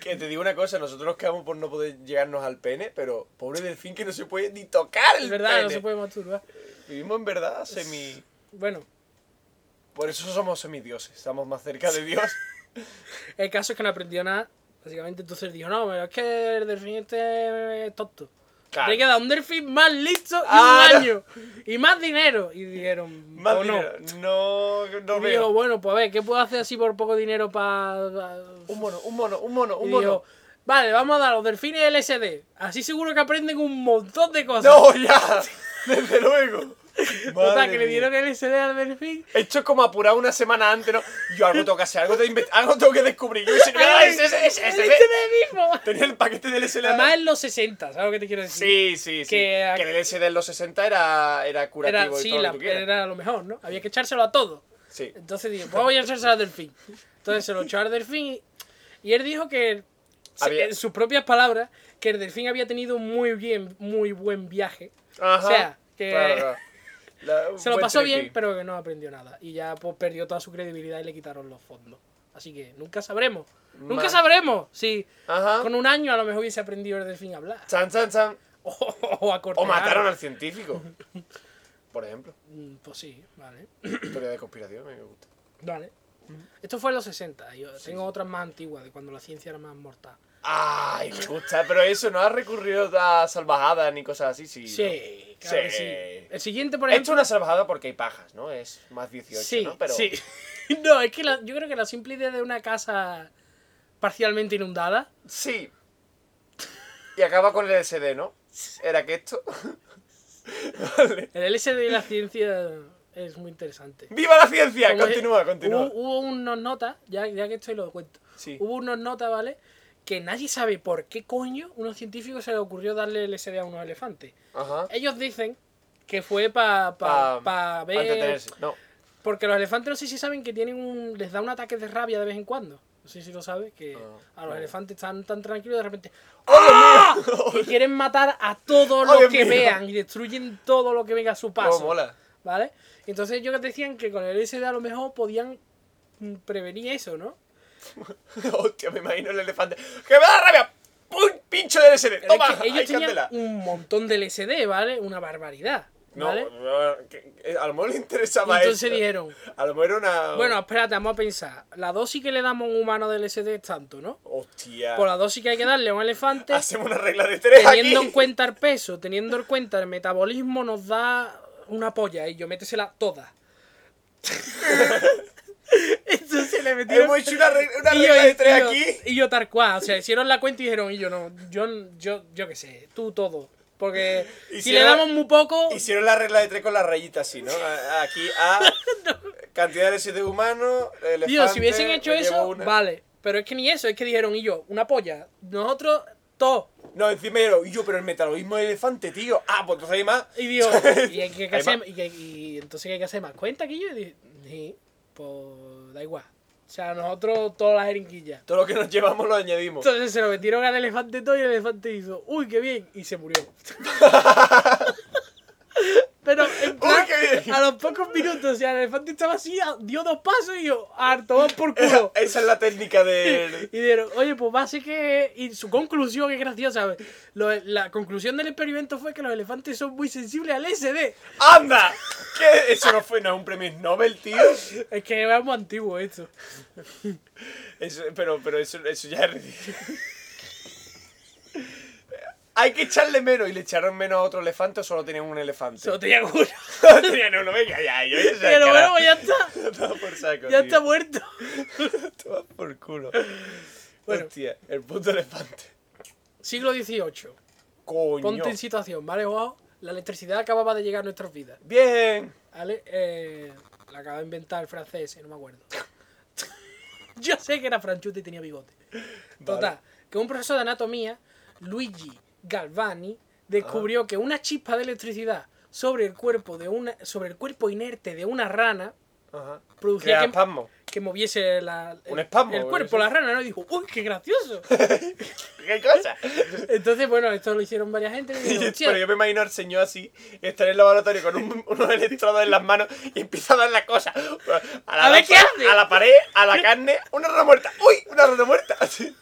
Speaker 1: que te digo una cosa, nosotros nos quedamos por no poder llegarnos al pene, pero pobre delfín que no se puede ni tocar el
Speaker 2: Es verdad,
Speaker 1: pene.
Speaker 2: no se puede masturbar.
Speaker 1: Vivimos en verdad semi...
Speaker 2: Bueno,
Speaker 1: Por eso somos semidioses, estamos más cerca de Dios.
Speaker 2: el caso es que no aprendió nada, básicamente. Entonces dijo, no, pero es que el delfín este es tonto.
Speaker 1: Claro.
Speaker 2: Te queda un delfín más listo y
Speaker 1: Ah,
Speaker 2: un
Speaker 1: no.
Speaker 2: año. Y más dinero. Y dijeron,
Speaker 1: Más
Speaker 2: o no.
Speaker 1: dinero. No, no,
Speaker 2: Y dijo,
Speaker 1: veo.
Speaker 2: bueno, pues a ver, ¿qué puedo hacer así por poco dinero para...?
Speaker 1: Un mono, un mono, un mono, un
Speaker 2: Y
Speaker 1: mono.
Speaker 2: dijo, vale, vamos a dar a los delfines LSD. Así seguro que aprenden un montón de cosas.
Speaker 1: ¡No, ya! Desde luego.
Speaker 2: Total,
Speaker 1: Madre
Speaker 2: que le
Speaker 1: mía.
Speaker 2: dieron LSD al delfín.
Speaker 1: Esto es como apurar una semana antes, ¿no? Yo algo tengo que hacer, algo, tengo que inve- algo tengo que descubrir. Yo hubiese- ¡Ah, ese, ese, ese, ese!
Speaker 2: LSD mismo.
Speaker 1: Tenía el paquete del SLA.
Speaker 2: este Además en los 60, ¿sabes lo que te quiero decir?
Speaker 1: Sí, sí, sí.
Speaker 2: Que-
Speaker 1: Que, el LSD en los 60 era, era curativo
Speaker 2: era,
Speaker 1: y
Speaker 2: sí,
Speaker 1: todo
Speaker 2: la-
Speaker 1: lo que tú quieras.
Speaker 2: era lo mejor, ¿no? Había que echárselo a todo.
Speaker 1: Sí.
Speaker 2: Entonces dije, pues voy a echárselo al delfín. Entonces se lo echó al delfín y, y él dijo que, se-
Speaker 1: Había-
Speaker 2: en sus propias palabras, que el delfín había tenido muy bien, muy buen viaje.
Speaker 1: Ajá.
Speaker 2: O sea, que
Speaker 1: Claro, claro. La- un
Speaker 2: se lo
Speaker 1: buen
Speaker 2: pasó
Speaker 1: trippy.
Speaker 2: bien, pero que no aprendió nada. Y ya pues, perdió toda su credibilidad y le quitaron los fondos. Así que nunca sabremos. Nunca
Speaker 1: Ma- ¿Ah?
Speaker 2: sabremos si
Speaker 1: Ajá.
Speaker 2: con un año a lo mejor hubiese aprendido el delfín a hablar.
Speaker 1: Chan, chan, chan.
Speaker 2: O, a cortar.
Speaker 1: O mataron al científico. Por ejemplo.
Speaker 2: Mm, Pues sí, vale.
Speaker 1: Historia de conspiración, me gusta.
Speaker 2: Vale. Esto fue en los 60. Yo tengo otras más antiguas, de cuando la ciencia era más mortal.
Speaker 1: Ay, me gusta. Pero eso no ha recurrido a salvajadas ni cosas así, sí. ¿no?
Speaker 2: Sí, claro que
Speaker 1: Sí.
Speaker 2: sí. El siguiente, por
Speaker 1: He hecho
Speaker 2: ejemplo.
Speaker 1: una salvajada porque hay pajas, ¿no? Es más 18,
Speaker 2: sí,
Speaker 1: ¿no? Pero
Speaker 2: sí. No, es que la- yo creo que la simple idea de una casa parcialmente inundada.
Speaker 1: Sí. Y acaba con el SD, ¿no? Era que esto. vale.
Speaker 2: El LSD y la ciencia es muy interesante.
Speaker 1: ¡Viva la ciencia!
Speaker 2: Como uh, es-
Speaker 1: Continúa, continúa.
Speaker 2: Hubo, hubo unos notas, ya, ya que estoy lo cuento.
Speaker 1: Sí.
Speaker 2: Hubo unos notas, ¿vale? Que nadie sabe por qué coño unos científicos se les ocurrió darle LSD a unos elefantes.
Speaker 1: Ajá. Ah,
Speaker 2: Ellos dicen que fue para
Speaker 1: Pa-
Speaker 2: ver.
Speaker 1: Para entretenerse. No.
Speaker 2: Porque los elefantes no sé si saben que tienen un, les da un ataque de rabia de vez en cuando. No sé si lo sabes, que
Speaker 1: Ah,
Speaker 2: a los
Speaker 1: vale.
Speaker 2: elefantes están tan tranquilos y de repente ¡Ah! que quieren matar a todo
Speaker 1: ¡Oh,
Speaker 2: lo
Speaker 1: Dios
Speaker 2: que
Speaker 1: mío!
Speaker 2: vean y destruyen todo lo que venga a su paso.
Speaker 1: Oh, mola.
Speaker 2: ¿Vale? Entonces ellos decían que con el LSD a lo mejor podían mm, prevenir eso, ¿no?
Speaker 1: Hostia, me imagino el elefante. ¡Que me da rabia! ¡Pum! ¡Pincho del SD!
Speaker 2: Pero es
Speaker 1: ¡Toma!
Speaker 2: que ellos
Speaker 1: ¡Ay,
Speaker 2: tenían
Speaker 1: candela!
Speaker 2: un montón de LSD, ¿vale? Una barbaridad.
Speaker 1: No,
Speaker 2: ¿Vale?
Speaker 1: no, que- que a lo mejor le
Speaker 2: Y
Speaker 1: interesaba
Speaker 2: entonces
Speaker 1: eso.
Speaker 2: dijeron,
Speaker 1: A lo mejor era una.
Speaker 2: bueno, espérate, vamos a pensar. La dosis que le damos a un humano de LSD es tanto, ¿no?
Speaker 1: Hostia.
Speaker 2: Por la dosis que hay que darle a un elefante,
Speaker 1: Hacemos una regla de tres
Speaker 2: teniendo en
Speaker 1: Ah, aquí.
Speaker 2: cuenta el peso, teniendo en cuenta el metabolismo, nos da una polla. Y yo métesela toda. Entonces le metieron.
Speaker 1: Hemos hecho una regla, una
Speaker 2: y yo-
Speaker 1: regla de tres
Speaker 2: y yo-
Speaker 1: aquí.
Speaker 2: Y yo tal cual. O sea, hicieron la cuenta y dijeron, y yo no, yo, yo, yo qué sé, tú todo. Porque si le
Speaker 1: Hicieron-
Speaker 2: damos muy poco,
Speaker 1: Hicieron la regla de tres con las rayitas, sí, ¿no? A- Aquí a cantidad de siete humanos, elefante,
Speaker 2: Dios, si hubiesen hecho
Speaker 1: me llevo
Speaker 2: eso,
Speaker 1: una.
Speaker 2: vale. Pero es que ni eso, es que dijeron, y yo, una polla. Nosotros, todo.
Speaker 1: No, encima yo, y yo, pero el metabolismo de elefante, tío. Ah, pues entonces hay más.
Speaker 2: Y digo, ¿y, hay que
Speaker 1: Hay
Speaker 2: hacer-
Speaker 1: más.
Speaker 2: y que- y entonces ¿qué hay que hacer más cuenta que yo? Y dije, sí, pues da igual. O sea, nosotros todas las jeringuillas.
Speaker 1: Todo lo que nos llevamos lo añadimos.
Speaker 2: Entonces se lo metieron al elefante todo y el elefante hizo, uy, qué bien, y se murió. Pero en plan,
Speaker 1: qué bien.
Speaker 2: a los pocos minutos, o sea, el elefante estaba así, a- dio dos pasos y yo, harto, vamos por culo.
Speaker 1: Esa es la técnica del.
Speaker 2: Y dijeron, oye, pues va a ser que... Y su conclusión es graciosa. ¿sabes? Lo- la conclusión del experimento fue que los elefantes son muy sensibles al SD.
Speaker 1: ¡Anda! ¿Qué? Eso no fue no, un premio Nobel, tío.
Speaker 2: Es que es muy antiguo esto.
Speaker 1: Eso- pero pero eso, eso ya es ridículo. Hay que echarle menos. ¿Y le echaron menos a otro elefante o solo tenían un elefante?
Speaker 2: Solo tenía uno.
Speaker 1: tenían uno, venga, ya, yo ya sé,
Speaker 2: Pero bueno,
Speaker 1: carajo.
Speaker 2: pues ya está.
Speaker 1: Toma por saco,
Speaker 2: Ya
Speaker 1: tío.
Speaker 2: está muerto.
Speaker 1: Toma por culo.
Speaker 2: Bueno.
Speaker 1: Hostia, el puto elefante.
Speaker 2: Siglo XVIII.
Speaker 1: Coño.
Speaker 2: Ponte en situación, ¿vale, Juan? La electricidad acababa de llegar a nuestras vidas.
Speaker 1: Bien.
Speaker 2: ¿Vale? Eh, la acaba de inventar el francés, eh, no me acuerdo. Yo sé que era franchute y tenía bigote. Total, que un profesor de anatomía Luigi Galvani
Speaker 1: Ah.
Speaker 2: descubrió que una chispa de electricidad sobre el cuerpo de una sobre el cuerpo inerte de una rana
Speaker 1: Ajá. Que
Speaker 2: producía
Speaker 1: era
Speaker 2: que,
Speaker 1: espasmo.
Speaker 2: que moviese la- el,
Speaker 1: Un espasmo,
Speaker 2: el
Speaker 1: yo
Speaker 2: cuerpo
Speaker 1: sé.
Speaker 2: la rana no y dijo uy qué gracioso
Speaker 1: ¿Qué cosa?
Speaker 2: entonces bueno esto lo hicieron varias gente y dijeron, "Hostia,
Speaker 1: Pero yo me imagino al señor así, estar en el laboratorio con un- unos electrodos en las manos y empieza a dar las cosas. A, la
Speaker 2: A ver qué
Speaker 1: lata,
Speaker 2: hace.
Speaker 1: A la pared, a la carne, una rana muerta. ¡Uy! Una rana muerta. Así.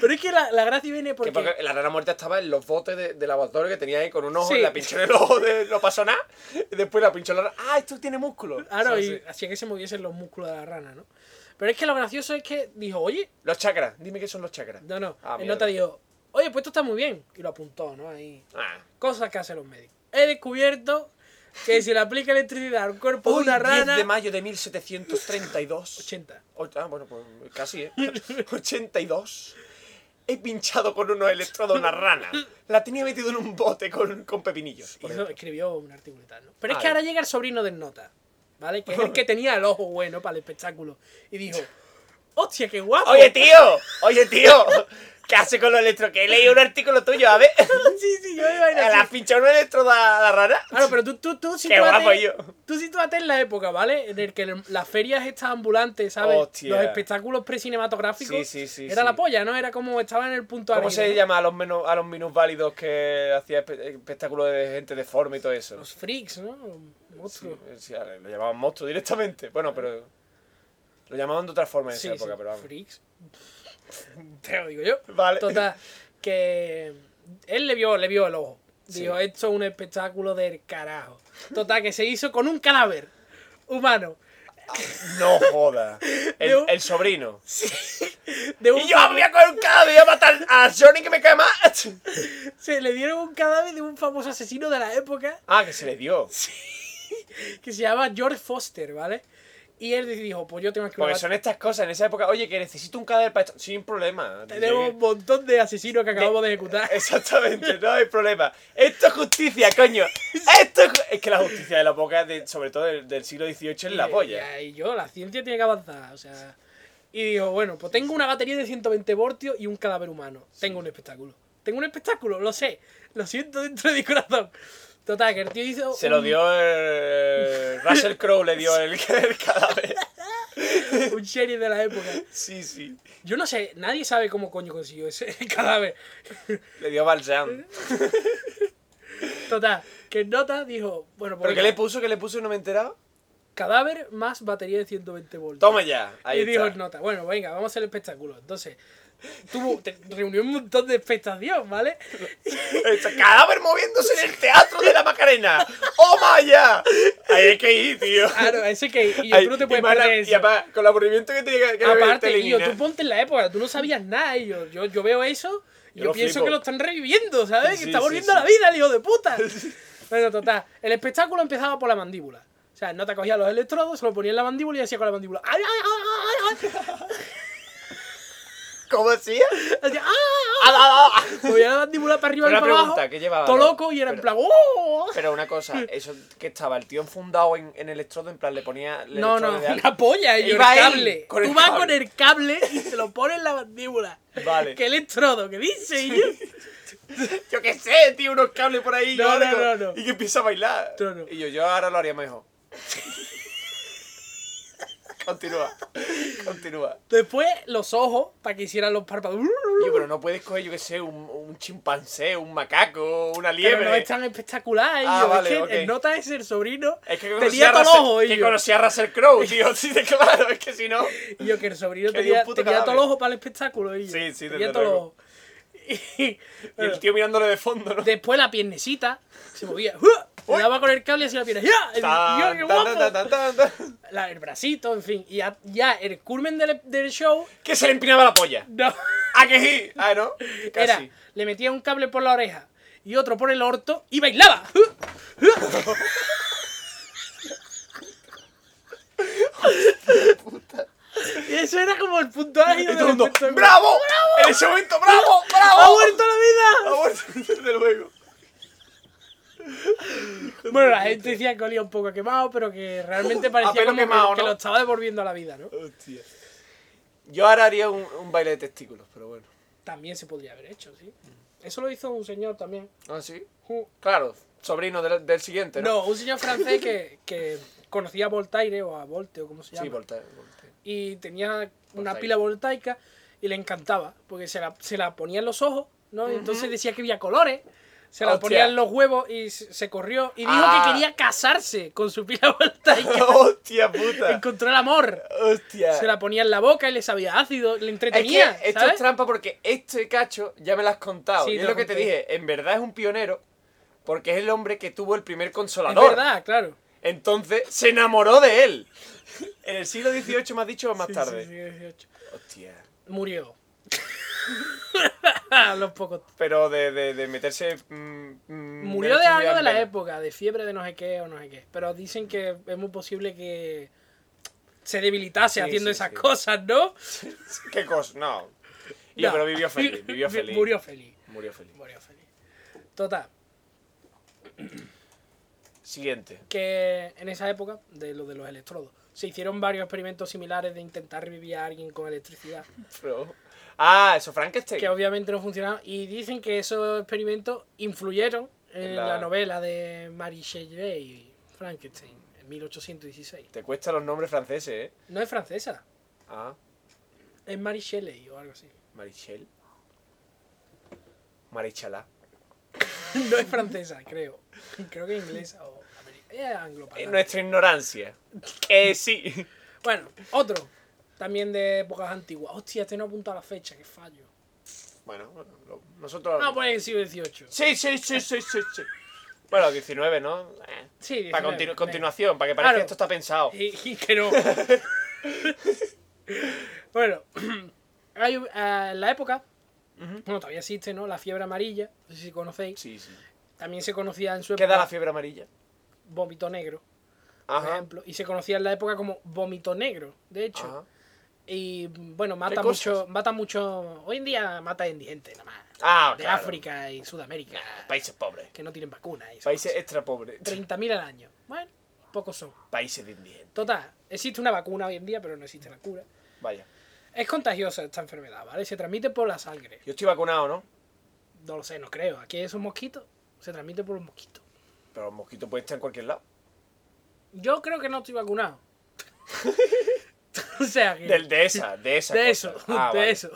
Speaker 2: pero es que la, la gracia viene
Speaker 1: Que
Speaker 2: porque,
Speaker 1: porque la rana muerta estaba en los botes de, de laboratorio que tenía ahí con un ojo,
Speaker 2: Sí.
Speaker 1: la pinchó en el ojo, de, no pasó nada. Y después la pinchó la rana. ¡Ah, esto tiene músculo!
Speaker 2: ah, no,
Speaker 1: Sí,
Speaker 2: y
Speaker 1: sí.
Speaker 2: hacía que se moviesen los músculos de la rana no pero es que lo gracioso es que dijo oye
Speaker 1: Los chakras, dime qué son los chakras.
Speaker 2: no no
Speaker 1: Ah,
Speaker 2: el
Speaker 1: mierda.
Speaker 2: nota dijo oye pues esto está muy bien y lo apuntó no ahí
Speaker 1: Ah.
Speaker 2: cosas que hacen los médicos he descubierto que si le aplica electricidad al cuerpo de
Speaker 1: Hoy,
Speaker 2: una
Speaker 1: 10
Speaker 2: rana
Speaker 1: de mayo de 1732.
Speaker 2: 80
Speaker 1: O- Ah, bueno, pues casi, ¿eh? 82. He pinchado con unos electrodos una rana. La tenía metido en un bote con, con pepinillos. por
Speaker 2: Hizo-
Speaker 1: ejemplo.
Speaker 2: escribió un artículo y tal, ¿no? Pero es
Speaker 1: Ah,
Speaker 2: que ahora
Speaker 1: bien.
Speaker 2: llega el sobrino del Nota, ¿vale? Que es el que tenía el ojo bueno para el espectáculo. Y dijo, ¡hostia, qué guapo!
Speaker 1: Oye, tío. Oye, tío. ¿Qué hace con los electrodos? Que he leído un artículo tuyo, a ver.
Speaker 2: sí, sí, yo me imagino
Speaker 1: ¿Le has
Speaker 2: así.
Speaker 1: pinchado un electrodo a la rana?
Speaker 2: Claro, pero tú, tú, tú
Speaker 1: guapo
Speaker 2: sitúate,
Speaker 1: yo.
Speaker 2: tú sitúate en la época, ¿vale? En el que el- las ferias estas ambulantes, ¿sabes?
Speaker 1: Hostia.
Speaker 2: Los espectáculos precinematográficos.
Speaker 1: Sí, sí, sí,
Speaker 2: Era
Speaker 1: sí.
Speaker 2: la polla, ¿no? Era como estaba en el punto
Speaker 1: ¿Cómo
Speaker 2: álgido,
Speaker 1: se
Speaker 2: ¿no?
Speaker 1: llama a los, menos, a los minusválidos que hacía espe- espectáculos de gente deforme y todo eso?
Speaker 2: Los freaks, ¿no? Los
Speaker 1: Sí,
Speaker 2: monstruos.
Speaker 1: sí, ahora lo llamaban monstruo directamente. Bueno, pero... Lo llamaban de otra forma en
Speaker 2: Sí,
Speaker 1: esa
Speaker 2: sí,
Speaker 1: época, pero vamos.
Speaker 2: freaks. Te lo digo yo.
Speaker 1: Vale.
Speaker 2: Total, que él le vio, le vio el ojo.
Speaker 1: Sí.
Speaker 2: Dijo, esto es un espectáculo del carajo. Total, que se hizo con un cadáver humano.
Speaker 1: No joda. El,
Speaker 2: No.
Speaker 1: el sobrino.
Speaker 2: De un-
Speaker 1: Y yo voy a coger un cadáver y voy a matar a Johnny que me cae más.
Speaker 2: Se le dieron un cadáver de un famoso asesino de la época
Speaker 1: Ah, que se le dio.
Speaker 2: que se llama George Foster, ¿vale? Y él dijo, pues yo tengo que
Speaker 1: Porque son estas cosas en esa época. Oye, que necesito un cadáver para esto. Sin problema.
Speaker 2: Tenemos un montón de asesinos que acabamos de ejecutar.
Speaker 1: Exactamente, no hay problema. Esto es justicia, coño. Esto es, ju- es que la justicia de la época, de- sobre todo del, del siglo XVIII, es la
Speaker 2: Y-
Speaker 1: polla.
Speaker 2: Y, yo, la ciencia tiene que avanzar, o sea... Y dijo, bueno, pues tengo una batería de 120 voltios y un cadáver humano. Tengo un espectáculo. Tengo un espectáculo, lo sé. Lo siento dentro de mi corazón. Total, que el tío hizo...
Speaker 1: Se
Speaker 2: un-
Speaker 1: lo dio el... Russell Crowe le dio el, el cadáver.
Speaker 2: Un sheriff de la época.
Speaker 1: Sí, sí.
Speaker 2: Yo no sé, nadie sabe cómo coño consiguió ese cadáver.
Speaker 1: Le dio Balsam.
Speaker 2: Total, que el Nota dijo, bueno, pues
Speaker 1: ¿Pero qué
Speaker 2: venga,
Speaker 1: le puso? ¿Qué le puso? No me he enterado.
Speaker 2: cadáver más batería de 120 voltios.
Speaker 1: Toma ya. Ahí
Speaker 2: y dijo
Speaker 1: está.
Speaker 2: el nota, bueno, venga, vamos a hacer el espectáculo. Entonces, tuvo, te- reunió un montón de expectación, ¿vale?
Speaker 1: Este cadáver moviéndose en el teatro de la Macarena. ¡Oh, vaya! Ahí hay que ir, tío.
Speaker 2: Claro, ese que. Ah, Y yo,
Speaker 1: Ahí-
Speaker 2: tú no te puedes
Speaker 1: y más la-
Speaker 2: perder
Speaker 1: y
Speaker 2: eso.
Speaker 1: además, con el aburrimiento que tenía que, que haber
Speaker 2: Aparte,
Speaker 1: Telelina.
Speaker 2: tío, tú ponte en la época, tú no sabías nada. Y yo, yo, yo veo eso y
Speaker 1: Yo
Speaker 2: yo,
Speaker 1: lo
Speaker 2: pienso
Speaker 1: flipo.
Speaker 2: que lo están reviviendo,
Speaker 1: Sí,
Speaker 2: ¿sabes? que está
Speaker 1: sí,
Speaker 2: volviendo
Speaker 1: sí.
Speaker 2: a la vida, el hijo de puta. bueno, total. El espectáculo empezaba por la mandíbula. O sea, no te cogía los electrodos, se lo ponía en la mandíbula y hacía con la mandíbula. ¡Ay, ay, ay, ay, ay!
Speaker 1: ¿Cómo hacía?
Speaker 2: Hacía, ¡ay, ay,
Speaker 1: Ah, ah, ah.
Speaker 2: ay! Movía la mandíbula para arriba y
Speaker 1: Una
Speaker 2: para abajo.
Speaker 1: pregunta, ¿qué llevaba?
Speaker 2: Todo loco y era en
Speaker 1: Pero-
Speaker 2: plan ¡oh!
Speaker 1: Pero una cosa, eso que estaba el tío enfundado en, en el estrodo, en plan, le ponía. el
Speaker 2: No,
Speaker 1: electrodo
Speaker 2: no,
Speaker 1: de-
Speaker 2: una polla, y el
Speaker 1: Iba él
Speaker 2: cable.
Speaker 1: con el
Speaker 2: Tú vas
Speaker 1: cable.
Speaker 2: con el cable y te lo pones en la mandíbula.
Speaker 1: Vale.
Speaker 2: Que electrodo, que dice. Y yo,
Speaker 1: Yo qué sé, tío, unos cables por ahí.
Speaker 2: No,
Speaker 1: yo
Speaker 2: no,
Speaker 1: algo.
Speaker 2: no, no.
Speaker 1: Y que empieza a bailar.
Speaker 2: No, no.
Speaker 1: Y yo, yo ahora lo haría mejor. Continúa. Continúa.
Speaker 2: Después los ojos, para que hicieran los párpados.
Speaker 1: Tío, pero no puedes coger, yo qué sé, un, un chimpancé, un macaco, una
Speaker 2: Pero
Speaker 1: liebre.
Speaker 2: no es tan espectacular, ¿eh? y
Speaker 1: Ah,
Speaker 2: yo,
Speaker 1: vale,
Speaker 2: es que
Speaker 1: ok.
Speaker 2: el nota es el sobrino.
Speaker 1: Es que conocía
Speaker 2: tenía todo
Speaker 1: a
Speaker 2: el
Speaker 1: Russell,
Speaker 2: ojo, y
Speaker 1: que
Speaker 2: yo,
Speaker 1: conocía a Russell Crowe, tío. Sí, de claro, es que si no.
Speaker 2: y yo, que el sobrino
Speaker 1: Que había
Speaker 2: tenía,
Speaker 1: un puto
Speaker 2: tenía todo el
Speaker 1: cadáver.
Speaker 2: ojo para el espectáculo. Y yo,
Speaker 1: Sí, sí,
Speaker 2: tenía
Speaker 1: desde
Speaker 2: todo el
Speaker 1: luego.
Speaker 2: ojo. Y,
Speaker 1: Y el tío mirándole de fondo, ¿no?
Speaker 2: después la piernecita se movía. Le
Speaker 1: Uy.
Speaker 2: daba con el cable hacia la pierna. ¡Ya! Y yo,
Speaker 1: Tan,
Speaker 2: qué
Speaker 1: tan,
Speaker 2: guapo.
Speaker 1: tan, tan, tan, tan.
Speaker 2: la- el bracito, en fin. Y ya, ya el culmen del, del show,
Speaker 1: Que se le empinaba la polla.
Speaker 2: no,
Speaker 1: ¿A que sí? Ah, ¿no? Casi.
Speaker 2: era, le metía un cable por la oreja y otro por el orto y bailaba. Y eso era como el punto álgido
Speaker 1: Y
Speaker 2: del
Speaker 1: todo el mundo, ¡bravo!
Speaker 2: espectáculo.
Speaker 1: En ese momento, ¡bravo! ¡Bravo!
Speaker 2: ¡Ha vuelto a la
Speaker 1: ¡Ha vuelto! Desde luego.
Speaker 2: vida! Bueno, la gente decía que olía un poco a quemado, pero que realmente parecía
Speaker 1: pelo
Speaker 2: como que-
Speaker 1: quemado,
Speaker 2: que
Speaker 1: ¿no?
Speaker 2: lo estaba devolviendo a la vida, ¿no?
Speaker 1: Hostia. Yo ahora haría un, un baile de testículos, pero bueno.
Speaker 2: también se podría haber hecho, sí. Eso lo hizo un señor también.
Speaker 1: Ah, sí.
Speaker 2: Ju-
Speaker 1: Claro, sobrino del, del siguiente, ¿no?
Speaker 2: No, un señor francés que, que conocía a Voltaire o a Volte o como se llama.
Speaker 1: Sí, Voltaire. Voltaire.
Speaker 2: y tenía una
Speaker 1: Voltaica.
Speaker 2: pila voltaica y le encantaba, porque se la, se la ponía en los ojos, ¿no? Y entonces decía que había colores, se la
Speaker 1: Hostia.
Speaker 2: ponía en los huevos y se se corrió. Y dijo
Speaker 1: Ah.
Speaker 2: que quería casarse con su pila voltaica.
Speaker 1: ¡Hostia puta!
Speaker 2: Encontró el amor.
Speaker 1: ¡Hostia!
Speaker 2: Se la ponía en la boca y le sabía ácido, le
Speaker 1: Es que
Speaker 2: entretenía.
Speaker 1: esto
Speaker 2: ¿sabes?
Speaker 1: es trampa porque este cacho ya me lo has contado.
Speaker 2: Sí,
Speaker 1: y
Speaker 2: te
Speaker 1: es
Speaker 2: lo
Speaker 1: lo que te
Speaker 2: conté.
Speaker 1: dije, en verdad es un pionero porque es el hombre que tuvo el primer
Speaker 2: Es
Speaker 1: consolador.
Speaker 2: verdad, claro.
Speaker 1: Entonces se enamoró de él. En el siglo XVIII me has dicho o más
Speaker 2: Sí,
Speaker 1: tarde.
Speaker 2: sí, sí, 18.
Speaker 1: Hostia.
Speaker 2: Murió. A los pocos.
Speaker 1: Pero de, de, de meterse. mm, mm,
Speaker 2: Murió de
Speaker 1: derecho
Speaker 2: algo de la
Speaker 1: bien.
Speaker 2: época, de fiebre de no sé qué o no sé qué. Pero dicen que es muy posible que se debilitase
Speaker 1: Sí,
Speaker 2: haciendo
Speaker 1: sí,
Speaker 2: esas
Speaker 1: sí.
Speaker 2: cosas, ¿no?
Speaker 1: ¿Qué cosa? No. Y yo,
Speaker 2: No.
Speaker 1: pero vivió feliz. Vivió
Speaker 2: Vi-
Speaker 1: feliz.
Speaker 2: Murió feliz.
Speaker 1: Murió feliz.
Speaker 2: Murió feliz. Total,
Speaker 1: Siguiente.
Speaker 2: que en esa época, de lo de los electrodos, se hicieron varios experimentos similares de intentar revivir a alguien con electricidad,
Speaker 1: Pero- Ah, eso Frankenstein.
Speaker 2: que obviamente no funcionaron. Y dicen que esos experimentos influyeron en
Speaker 1: La-
Speaker 2: la, novela de Mary Shelley, Frankenstein, en 1816.
Speaker 1: Te cuestan los nombres franceses, ¿eh?
Speaker 2: No es francesa,
Speaker 1: Ah.
Speaker 2: es Mary Shelley o algo así.
Speaker 1: Marichel. Marichalá.
Speaker 2: No es francesa, creo. Creo que es inglesa o ameri- es
Speaker 1: En
Speaker 2: anglo
Speaker 1: nuestra ignorancia. Eh, sí.
Speaker 2: Bueno, otro. También de épocas antiguas. Hostia, este no apunta a la fecha, qué fallo.
Speaker 1: Bueno, bueno, lo- nosotros.
Speaker 2: No, pues el siglo XVIII.
Speaker 1: Sí, sí, sí, sí, sí, sí. Bueno, 19, ¿no? Eh,
Speaker 2: Sí, XIX,
Speaker 1: Para continu-
Speaker 2: venga.
Speaker 1: continuación, para que parezca
Speaker 2: Claro.
Speaker 1: que esto está pensado.
Speaker 2: Y, y que no. bueno, hay, un- eh, en la época,
Speaker 1: Ujú.
Speaker 2: bueno, todavía existe, ¿no? La fiebre amarilla, no sé si conocéis.
Speaker 1: Sí, sí.
Speaker 2: También se conocía en su
Speaker 1: ¿Qué
Speaker 2: época
Speaker 1: da la fiebre amarilla?
Speaker 2: vómito negro, por
Speaker 1: Ajá.
Speaker 2: ejemplo. Y se conocía en la época como vómito negro, de hecho.
Speaker 1: ajá.
Speaker 2: Y bueno, mata
Speaker 1: ¿Qué cosas?
Speaker 2: mucho, mata mucho. Hoy en día mata indigentes nada más.
Speaker 1: Ah,
Speaker 2: De
Speaker 1: claro.
Speaker 2: África y Sudamérica.
Speaker 1: Países pobres.
Speaker 2: Que no tienen vacunas. y esas
Speaker 1: Países
Speaker 2: cosas.
Speaker 1: extra pobres.
Speaker 2: 30.000 al año. Bueno, pocos son.
Speaker 1: Países de indígenas.
Speaker 2: Total, existe una vacuna hoy en día, pero no existe la cura.
Speaker 1: Vaya.
Speaker 2: Es contagiosa esta enfermedad, ¿vale? Se transmite por la sangre.
Speaker 1: Yo estoy vacunado, ¿no?
Speaker 2: No lo sé, no creo. Aquí esos mosquitos se transmite por los mosquitos.
Speaker 1: Pero los mosquitos pueden estar en cualquier lado.
Speaker 2: Yo creo que no estoy vacunado. o sea que.
Speaker 1: Del, de esa, de esa.
Speaker 2: de
Speaker 1: cosa.
Speaker 2: eso,
Speaker 1: Ah,
Speaker 2: de
Speaker 1: vale.
Speaker 2: eso.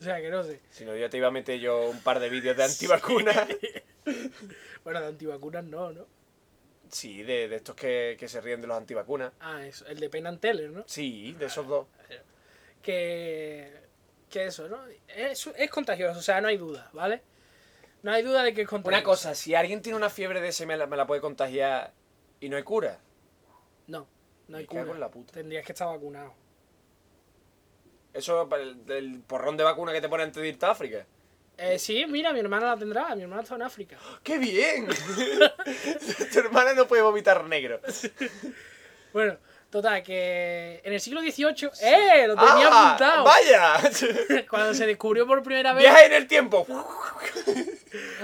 Speaker 2: O sea que no sé.
Speaker 1: Si no, ya te iba a meter yo un par de vídeos de antivacunas.
Speaker 2: Bueno, de antivacunas no, ¿no?
Speaker 1: Sí, de, de estos que, que se ríen de los antivacunas.
Speaker 2: Ah, eso, el de Penn Teller, ¿no?
Speaker 1: Sí, de esos dos.
Speaker 2: que, que eso, ¿no? Es, es contagioso, o sea, no hay duda, ¿vale? No hay duda de que es contagioso.
Speaker 1: Una cosa, si alguien tiene una fiebre de ese, me la, me la puede contagiar y no hay cura.
Speaker 2: No, no hay
Speaker 1: Me cago
Speaker 2: cura.
Speaker 1: en la puta.
Speaker 2: Tendrías que estar vacunado.
Speaker 1: Eso para el, del porrón de vacuna que te ponen antes de irte a África.
Speaker 2: Eh, sí, mira, mi hermana la tendrá, mi hermana está en África.
Speaker 1: ¡Qué bien! tu hermana no puede vomitar negro.
Speaker 2: Bueno, total, que en el siglo XVIII... ¡Eh! Lo tenía
Speaker 1: ¡Ah,
Speaker 2: apuntado.
Speaker 1: ¡Vaya!
Speaker 2: Cuando se descubrió por primera vez,
Speaker 1: Viaja en el tiempo.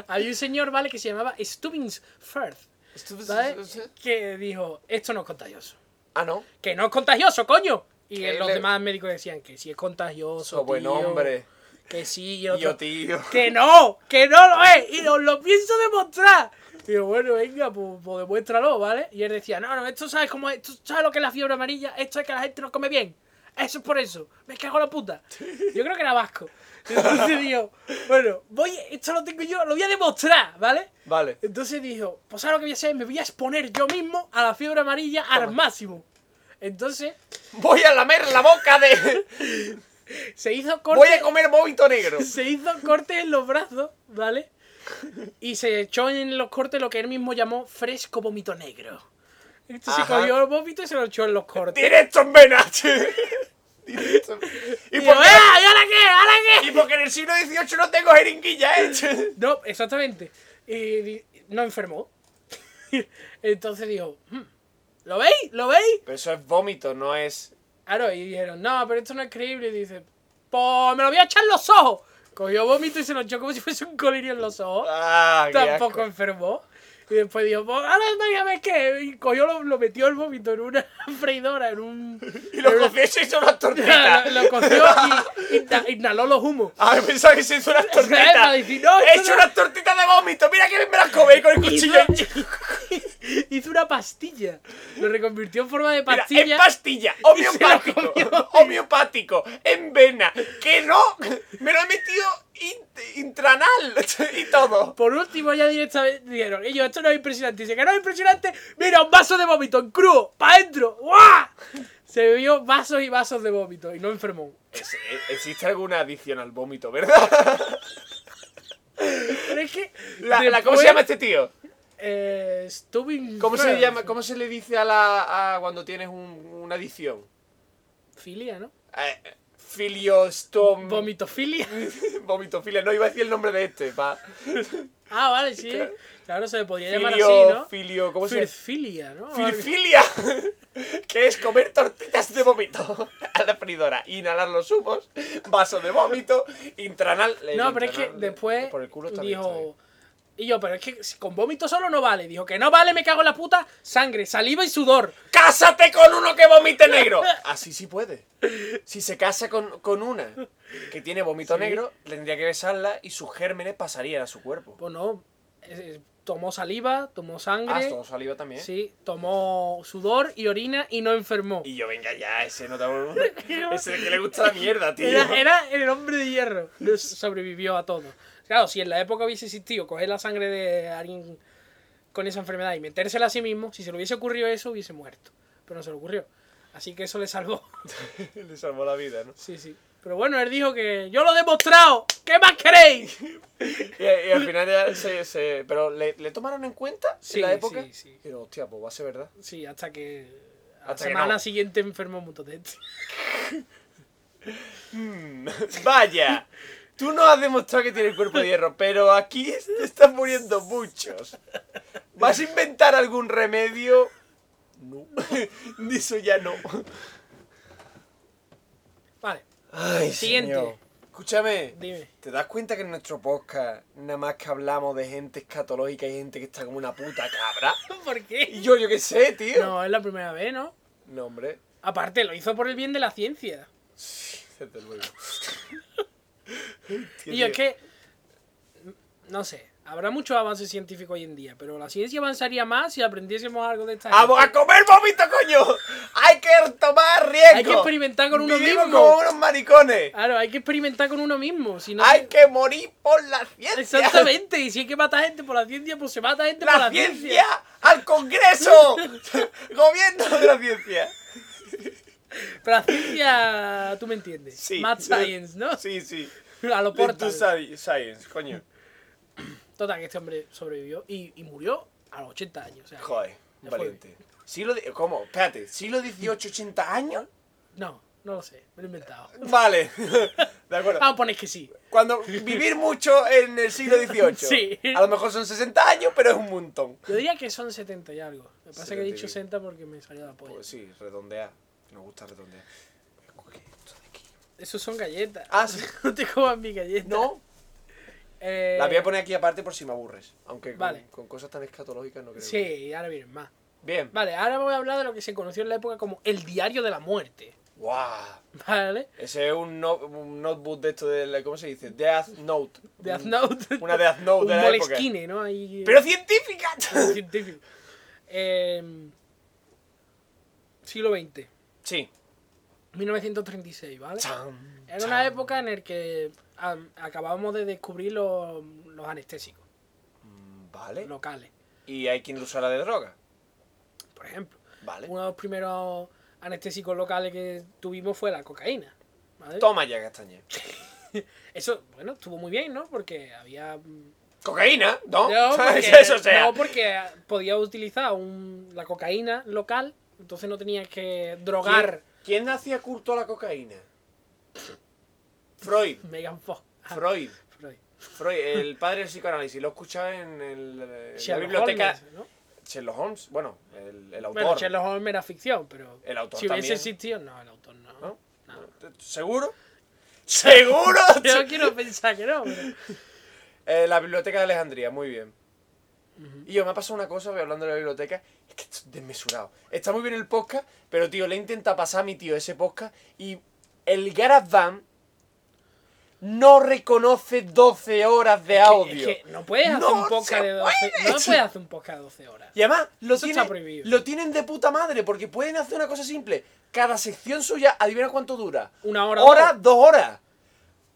Speaker 2: había un señor, ¿vale? Que se llamaba Stubbins Firth, ¿vale? Que dijo, esto no es contagioso.
Speaker 1: ah, no.
Speaker 2: ¡Que no es contagioso, coño! Y
Speaker 1: Que
Speaker 2: los
Speaker 1: le-
Speaker 2: demás médicos decían que sí es contagioso,
Speaker 1: Eso, Oh, buen
Speaker 2: tío,
Speaker 1: hombre.
Speaker 2: Que sí, y otro-
Speaker 1: Tío, tío.
Speaker 2: ¡Que no! ¡Que no lo es! ¡Y os lo pienso demostrar! Digo, bueno, venga, pues, pues demuéstralo, ¿vale? Y él decía, no, no, esto sabes cómo es, tú sabes lo que es la fiebre amarilla, esto es que la gente no come bien. Eso es por eso. Me cago en la puta. Yo creo que era vasco. Y Entonces digo, bueno, voy, esto lo tengo yo, lo voy a demostrar, ¿vale?
Speaker 1: Vale.
Speaker 2: Entonces dijo, pues ahora lo que voy a hacer, me voy a exponer yo mismo a la fiebre amarilla al máximo. Entonces,
Speaker 1: Voy a lamer la boca de.
Speaker 2: se hizo corte.
Speaker 1: Voy a comer vómito negro.
Speaker 2: se hizo cortes en los brazos, ¿vale? Y se echó en los cortes lo que él mismo llamó fresco vómito negro. Entonces
Speaker 1: Ajá.
Speaker 2: se cogió el vómito y se lo echó en los cortes.
Speaker 1: Directo en venas. Directo en-
Speaker 2: Y
Speaker 1: Y
Speaker 2: yo,
Speaker 1: por
Speaker 2: ¡eh! ¿Y ahora qué? ¿Ahora
Speaker 1: Y
Speaker 2: qué?
Speaker 1: porque en el siglo XVIII no tengo jeringuilla, ¿eh?
Speaker 2: No, exactamente. Y, di- no enfermó. Entonces dijo, "Hmm, ¿lo veis? ¿Lo veis?
Speaker 1: Pero eso es vómito, no es...
Speaker 2: Claro, y dijeron, no, pero esto no es creíble. Y dice, pues me lo voy a echar en los ojos. Cogió vómito y se lo echó como si fuese un colirio en los ojos.
Speaker 1: Ah, qué asco.
Speaker 2: Tampoco enfermó. Y después dijo, pues ahora dígame qué. Y cogió, lo, lo metió el vómito en una freidora, en un.
Speaker 1: Y lo coció y se hizo unas
Speaker 2: Ya,
Speaker 1: tortitas.
Speaker 2: lo, lo coció y inda- inhaló los humos.
Speaker 1: Ah, yo pensaba que se hizo unas
Speaker 2: Es para
Speaker 1: tortitas.
Speaker 2: decir, no,
Speaker 1: He
Speaker 2: esto
Speaker 1: hecho
Speaker 2: no-
Speaker 1: unas tortitas de vómito. Mira que bien me las comí con el
Speaker 2: Hizo,
Speaker 1: cuchillo.
Speaker 2: hizo una pastilla. Lo reconvirtió en forma de
Speaker 1: Mira,
Speaker 2: pastilla.
Speaker 1: en pastilla,
Speaker 2: Y se
Speaker 1: homeopático,
Speaker 2: lo comió.
Speaker 1: homeopático, en vena, que no, me lo he metido int- intranal y todo.
Speaker 2: Por último, ya directamente dijeron, ellos, esto no es impresionante. Y dice que no es impresionante, mira, un vaso de vómito en crudo, pa' adentro. ¡Guau! Se bebió vasos y vasos de vómito y no enfermó.
Speaker 1: Es- e- existe alguna adicción al vómito, ¿verdad?
Speaker 2: Pero es que.
Speaker 1: La- la- ¿Cómo
Speaker 2: después,
Speaker 1: se llama este tío?
Speaker 2: eh, Stubin
Speaker 1: ¿Cómo se,
Speaker 2: Ferns.
Speaker 1: llama, ¿Cómo se le dice a la a cuando tienes un- una adicción?
Speaker 2: Filia, ¿no?
Speaker 1: Eh, filiostom...
Speaker 2: Vomitofilia.
Speaker 1: Vomitofilia, no iba a decir el nombre de este, pa.
Speaker 2: Ah, vale, sí. Claro, se le podría llamar
Speaker 1: Filio,
Speaker 2: así, ¿no?
Speaker 1: filio, ¿cómo se
Speaker 2: Firfilia, ¿no?
Speaker 1: Filfilia, que es comer tortitas de vómito a la fridora, inhalar los humos, vaso de vómito, intranal. eh,
Speaker 2: No, pero es que
Speaker 1: intranal, eh,
Speaker 2: después
Speaker 1: por el culo está bien, está bien.
Speaker 2: dijo... Y yo, pero es que si con vómito solo no vale. Dijo que no vale, me cago en la puta. Sangre, saliva y sudor.
Speaker 1: ¡Cásate con uno que vomite negro! Así sí puede. Si se casa con, con una que tiene vómito negro, tendría que besarla y sus gérmenes pasarían a su cuerpo.
Speaker 2: Pues no. eh, eh, tomó saliva, tomó
Speaker 1: Ah,
Speaker 2: sangre.
Speaker 1: todo saliva también.
Speaker 2: sí, tomó sudor y orina y no enfermó.
Speaker 1: Y yo, venga ya, ese no te Ese que le gusta la mierda, tío.
Speaker 2: Era, era el hombre de hierro. No Sobrevivió a todo. Claro, si en la época hubiese existido coger la sangre de alguien con esa enfermedad y metérsela a sí mismo, si se le hubiese ocurrido eso, hubiese muerto. Pero no se le ocurrió. Así que eso le salvó.
Speaker 1: Le salvó la vida, ¿no?
Speaker 2: Sí, sí. Pero bueno, él dijo que yo lo he demostrado. ¿Qué más queréis?
Speaker 1: Y, y al final ya se... se- pero ¿le, le tomaron en cuenta
Speaker 2: Sí,
Speaker 1: en la época?
Speaker 2: sí, sí.
Speaker 1: Pero hostia, pues va a ser verdad.
Speaker 2: Sí, hasta que... la
Speaker 1: Hasta que
Speaker 2: semana
Speaker 1: no.
Speaker 2: siguiente enfermó mucho de esto.
Speaker 1: Mm, Vaya, tú no has demostrado que tienes cuerpo de hierro, pero aquí te están muriendo muchos. ¿Vas a inventar algún remedio? No. Eso ya no.
Speaker 2: Vale,
Speaker 1: Ay,
Speaker 2: Siguiente.
Speaker 1: señor. Escúchame.
Speaker 2: dime.
Speaker 1: ¿Te das cuenta que en nuestro podcast nada más que hablamos de gente escatológica y gente que está como una puta cabra?
Speaker 2: ¿Por
Speaker 1: Y
Speaker 2: qué?
Speaker 1: yo, yo qué sé, tío.
Speaker 2: No, es la primera vez, ¿no?
Speaker 1: No, hombre.
Speaker 2: Aparte, lo hizo por el bien de la ciencia.
Speaker 1: Desde luego.
Speaker 2: Y yo es que, no sé, habrá muchos avances científicos hoy en día, pero la ciencia avanzaría más si aprendiésemos algo de esta.
Speaker 1: ¡A,
Speaker 2: gente.
Speaker 1: a comer vómito, coño! ¡Hay que tomar riesgo!
Speaker 2: Hay que experimentar con uno
Speaker 1: Vivimos
Speaker 2: mismo.
Speaker 1: como unos maricones.
Speaker 2: Claro, hay que experimentar con uno mismo. Si no
Speaker 1: Hay que morir por la ciencia.
Speaker 2: Exactamente, y si hay que matar gente por la ciencia, pues se mata gente por
Speaker 1: ¡La
Speaker 2: la
Speaker 1: ciencia!
Speaker 2: ciencia.
Speaker 1: ¡Al Congreso! ¡Gobierno de la ciencia!
Speaker 2: Pero la ciencia, tú me entiendes.
Speaker 1: Sí.
Speaker 2: Mad science, ¿no?
Speaker 1: Sí, sí.
Speaker 2: A lo
Speaker 1: Portal.
Speaker 2: portal.
Speaker 1: Science, coño.
Speaker 2: Total, que este hombre sobrevivió y, y murió a los 80 años. o sea,
Speaker 1: Joder,
Speaker 2: Ya fue.
Speaker 1: valiente. Siglo di- ¿Cómo? Espérate, ¿siglo XVIII, 80 años?
Speaker 2: No, no lo sé, me lo he inventado.
Speaker 1: Vale, de acuerdo.
Speaker 2: Vamos a poner que sí.
Speaker 1: Cuando vivir mucho en el siglo XVIII.
Speaker 2: Sí.
Speaker 1: A lo mejor son 60 años, pero es un montón.
Speaker 2: Yo diría que son 70 y algo. Me pasa que he dicho
Speaker 1: 70
Speaker 2: 60 porque me salió la polla.
Speaker 1: Pues sí, redondear. Nos gusta redondear.
Speaker 2: Esos son galletas.
Speaker 1: Ah, sí.
Speaker 2: No te comas mi galleta.
Speaker 1: No,
Speaker 2: Eh,
Speaker 1: la voy a poner aquí aparte por si me aburres. Aunque con,
Speaker 2: Vale.
Speaker 1: con cosas tan escatológicas no creo.
Speaker 2: Sí, ahora vienen más.
Speaker 1: Bien.
Speaker 2: Vale, ahora voy a hablar de lo que se conoció en la época como el diario de la muerte.
Speaker 1: Guau.
Speaker 2: ¿Vale?
Speaker 1: Ese es un, no- un notebook de esto de. la- ¿Cómo se dice? Death Note.
Speaker 2: Death
Speaker 1: Un-
Speaker 2: Note.
Speaker 1: Mm. Una Death Note
Speaker 2: Un
Speaker 1: de la época.
Speaker 2: Moleskine, ¿no? Ahí, eh,
Speaker 1: ¡Pero científica!
Speaker 2: científico. Eh, siglo XX,
Speaker 1: sí.
Speaker 2: 1936, ¿vale?
Speaker 1: Chan,
Speaker 2: Era una
Speaker 1: chan.
Speaker 2: época en la que am, acabábamos de descubrir los, los anestésicos
Speaker 1: Mm, Vale.
Speaker 2: locales,
Speaker 1: Y hay quien lo usara de droga.
Speaker 2: por ejemplo.
Speaker 1: Vale.
Speaker 2: Uno de los primeros anestésicos locales que tuvimos fue la cocaína. ¿vale?
Speaker 1: Toma ya, castaña.
Speaker 2: Eso, bueno, estuvo muy bien, ¿no? Porque había. mm,
Speaker 1: Cocaína, ¿no?
Speaker 2: no, porque,
Speaker 1: Eso sea.
Speaker 2: no, porque podía utilizar un- la cocaína local, entonces no tenías que drogar
Speaker 1: ¿Quién, quién hacía culto a la cocaína? Freud.
Speaker 2: Megan Fox. Ah,
Speaker 1: Freud.
Speaker 2: Freud.
Speaker 1: Freud, el padre del psicoanálisis. Lo escuchaba en, el- en la
Speaker 2: Sherlock
Speaker 1: biblioteca.
Speaker 2: Holmes, ¿no?
Speaker 1: Sherlock Holmes. Bueno, el, el autor.
Speaker 2: Bueno, Sherlock Holmes era ficción, pero.
Speaker 1: El autor
Speaker 2: si hubiese
Speaker 1: también.
Speaker 2: existido, no, el autor no.
Speaker 1: ¿No?
Speaker 2: No.
Speaker 1: ¿Seguro? ¿Seguro?
Speaker 2: Yo quiero pensar que no. pero-
Speaker 1: Eh, la biblioteca de Alejandría, muy bien. Y yo, me ha pasado una cosa, voy hablando de la biblioteca, es que esto es desmesurado. Está muy bien el podcast, pero tío, le intenta pasar a mi tío ese podcast y el GarageBand no reconoce 12 horas de audio.
Speaker 2: Es que no puedes hacer
Speaker 1: ¡No
Speaker 2: un
Speaker 1: se
Speaker 2: podcast de 12
Speaker 1: puede!
Speaker 2: No puedes hacer un podcast de 12 horas.
Speaker 1: Y además, lo,
Speaker 2: Eso
Speaker 1: tienen-
Speaker 2: está prohibido.
Speaker 1: lo tienen de puta madre, porque pueden hacer una cosa simple. Cada sección suya, adivina cuánto dura.
Speaker 2: Una hora,
Speaker 1: Hora, dos horas.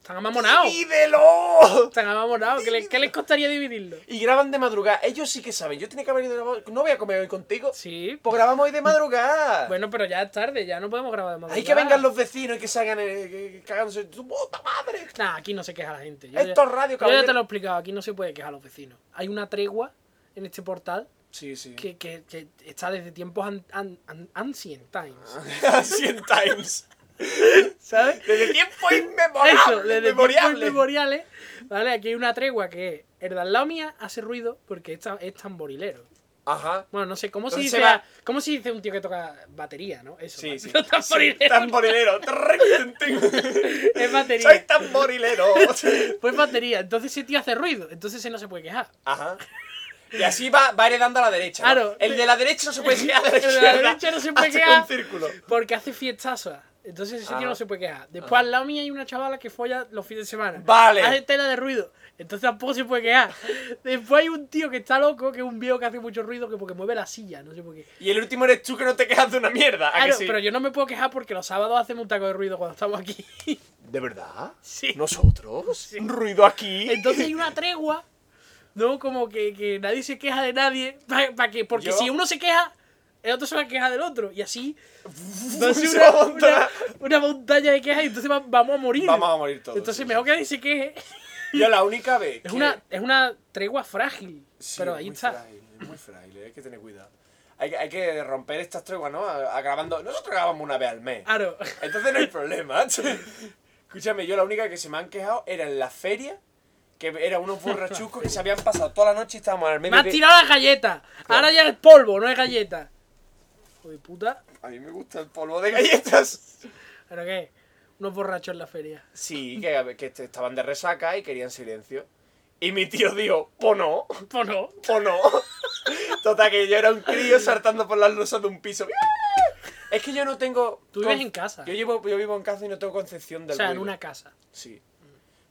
Speaker 2: Están amamonados.
Speaker 1: ¡Dídelo!
Speaker 2: Están amamonados. ¿Qué, le- qué les costaría dividirlo?
Speaker 1: Y graban de madrugada. Ellos sí que saben. Yo tenía que haber ido a grabar- No voy a comer hoy contigo.
Speaker 2: Sí.
Speaker 1: Pues grabamos hoy de madrugada.
Speaker 2: Bueno, pero ya es tarde, ya no podemos grabar de madrugada.
Speaker 1: Hay que vengan los vecinos y que salgan eh, que- cagándose. ¡Tu puta madre!
Speaker 2: Nah, aquí no se queja la gente. Yo
Speaker 1: Esto
Speaker 2: ya-
Speaker 1: es radio,
Speaker 2: Yo ya
Speaker 1: caballero.
Speaker 2: te lo he explicado, aquí no se puede quejar a los vecinos. Hay una tregua en este portal
Speaker 1: Sí, sí.
Speaker 2: que, que- que está desde tiempos an- an- an- ancient times.
Speaker 1: Ah. 100 times.
Speaker 2: ¿Sabes?
Speaker 1: Desde tiempo inmemorable.
Speaker 2: Eso, desde tiempos
Speaker 1: memoriable.
Speaker 2: memoriales. Vale, aquí hay una tregua que es, el de al lado mía hace ruido porque es, ta- es tamborilero.
Speaker 1: Ajá.
Speaker 2: Bueno, no sé, ¿cómo se,
Speaker 1: Entonces
Speaker 2: dice
Speaker 1: se va-
Speaker 2: a- ¿cómo se dice un tío que toca batería, no? Eso,
Speaker 1: Sí,
Speaker 2: va-
Speaker 1: sí.
Speaker 2: tamborilero.
Speaker 1: Tamborilero.
Speaker 2: es batería.
Speaker 1: Soy tamborilero.
Speaker 2: Pues batería. Entonces ese tío hace ruido, entonces ese no se puede quejar.
Speaker 1: Ajá. Y así va, va heredando a la derecha. ¿no?
Speaker 2: Claro.
Speaker 1: El de la derecha no se puede quedar.
Speaker 2: El de la derecha no se puede quejar.
Speaker 1: un círculo.
Speaker 2: Porque hace fiestazas. Entonces ese tío
Speaker 1: Ajá.
Speaker 2: no se puede quejar. Después al lado mío hay una chavala que folla los fines de semana.
Speaker 1: Ah. Vale.
Speaker 2: Hace tela de ruido. Entonces tampoco se puede quejar. Después hay un tío que está loco, que es un viejo que hace mucho ruido, que porque mueve la silla, no sé por qué.
Speaker 1: Y el último eres tú que no te quejas de una mierda. ¿a que
Speaker 2: Claro,
Speaker 1: sí?
Speaker 2: pero yo no me puedo quejar porque los sábados hacemos un taco de ruido cuando estamos aquí.
Speaker 1: ¿De verdad?
Speaker 2: Sí.
Speaker 1: ¿Nosotros? ¿Un ruido aquí?
Speaker 2: Entonces hay una tregua, ¿no? Como que, que nadie se queja de nadie. pa- pa que, porque
Speaker 1: Yo-
Speaker 2: si uno se queja, el otro se va a quejar del otro. Y así va a ser
Speaker 1: Se
Speaker 2: una,
Speaker 1: va a montar-
Speaker 2: una- una montaña de quejas y entonces va- vamos a morir.
Speaker 1: Vamos a morir todos.
Speaker 2: Entonces
Speaker 1: sí.
Speaker 2: mejor que nadie se queje.
Speaker 1: Yo la única vez
Speaker 2: Es
Speaker 1: que-
Speaker 2: una, es una tregua frágil.
Speaker 1: Sí,
Speaker 2: pero
Speaker 1: es
Speaker 2: ahí
Speaker 1: muy
Speaker 2: está.
Speaker 1: Frágil, es muy frágil, hay que tener cuidado. Hay, que- hay que romper estas treguas, ¿no? A- a grabando... Nosotros grabamos una vez al mes.
Speaker 2: Claro.
Speaker 1: Entonces no hay problema. Escúchame, yo la única que se me han quejado era en la feria, que eran unos borrachucos que se habían pasado toda la noche y estábamos al medio.
Speaker 2: Me has
Speaker 1: de-
Speaker 2: tirado las galletas. Ahora ya es polvo, no es galleta. Hijo de puta.
Speaker 1: A mí me gusta el polvo de galletas.
Speaker 2: ¿Pero qué? Unos borrachos en la feria.
Speaker 1: Sí, que, que est- estaban de resaca y querían silencio. Y mi tío dijo, po no,
Speaker 2: Pues no.
Speaker 1: po no. Total, que yo era un crío saltando por las losas de un piso. Es que yo no tengo...
Speaker 2: Tú vives en casa.
Speaker 1: Yo, llevo, yo vivo en casa y no tengo concepción del
Speaker 2: o sea, en
Speaker 1: ruido.
Speaker 2: una casa.
Speaker 1: Sí.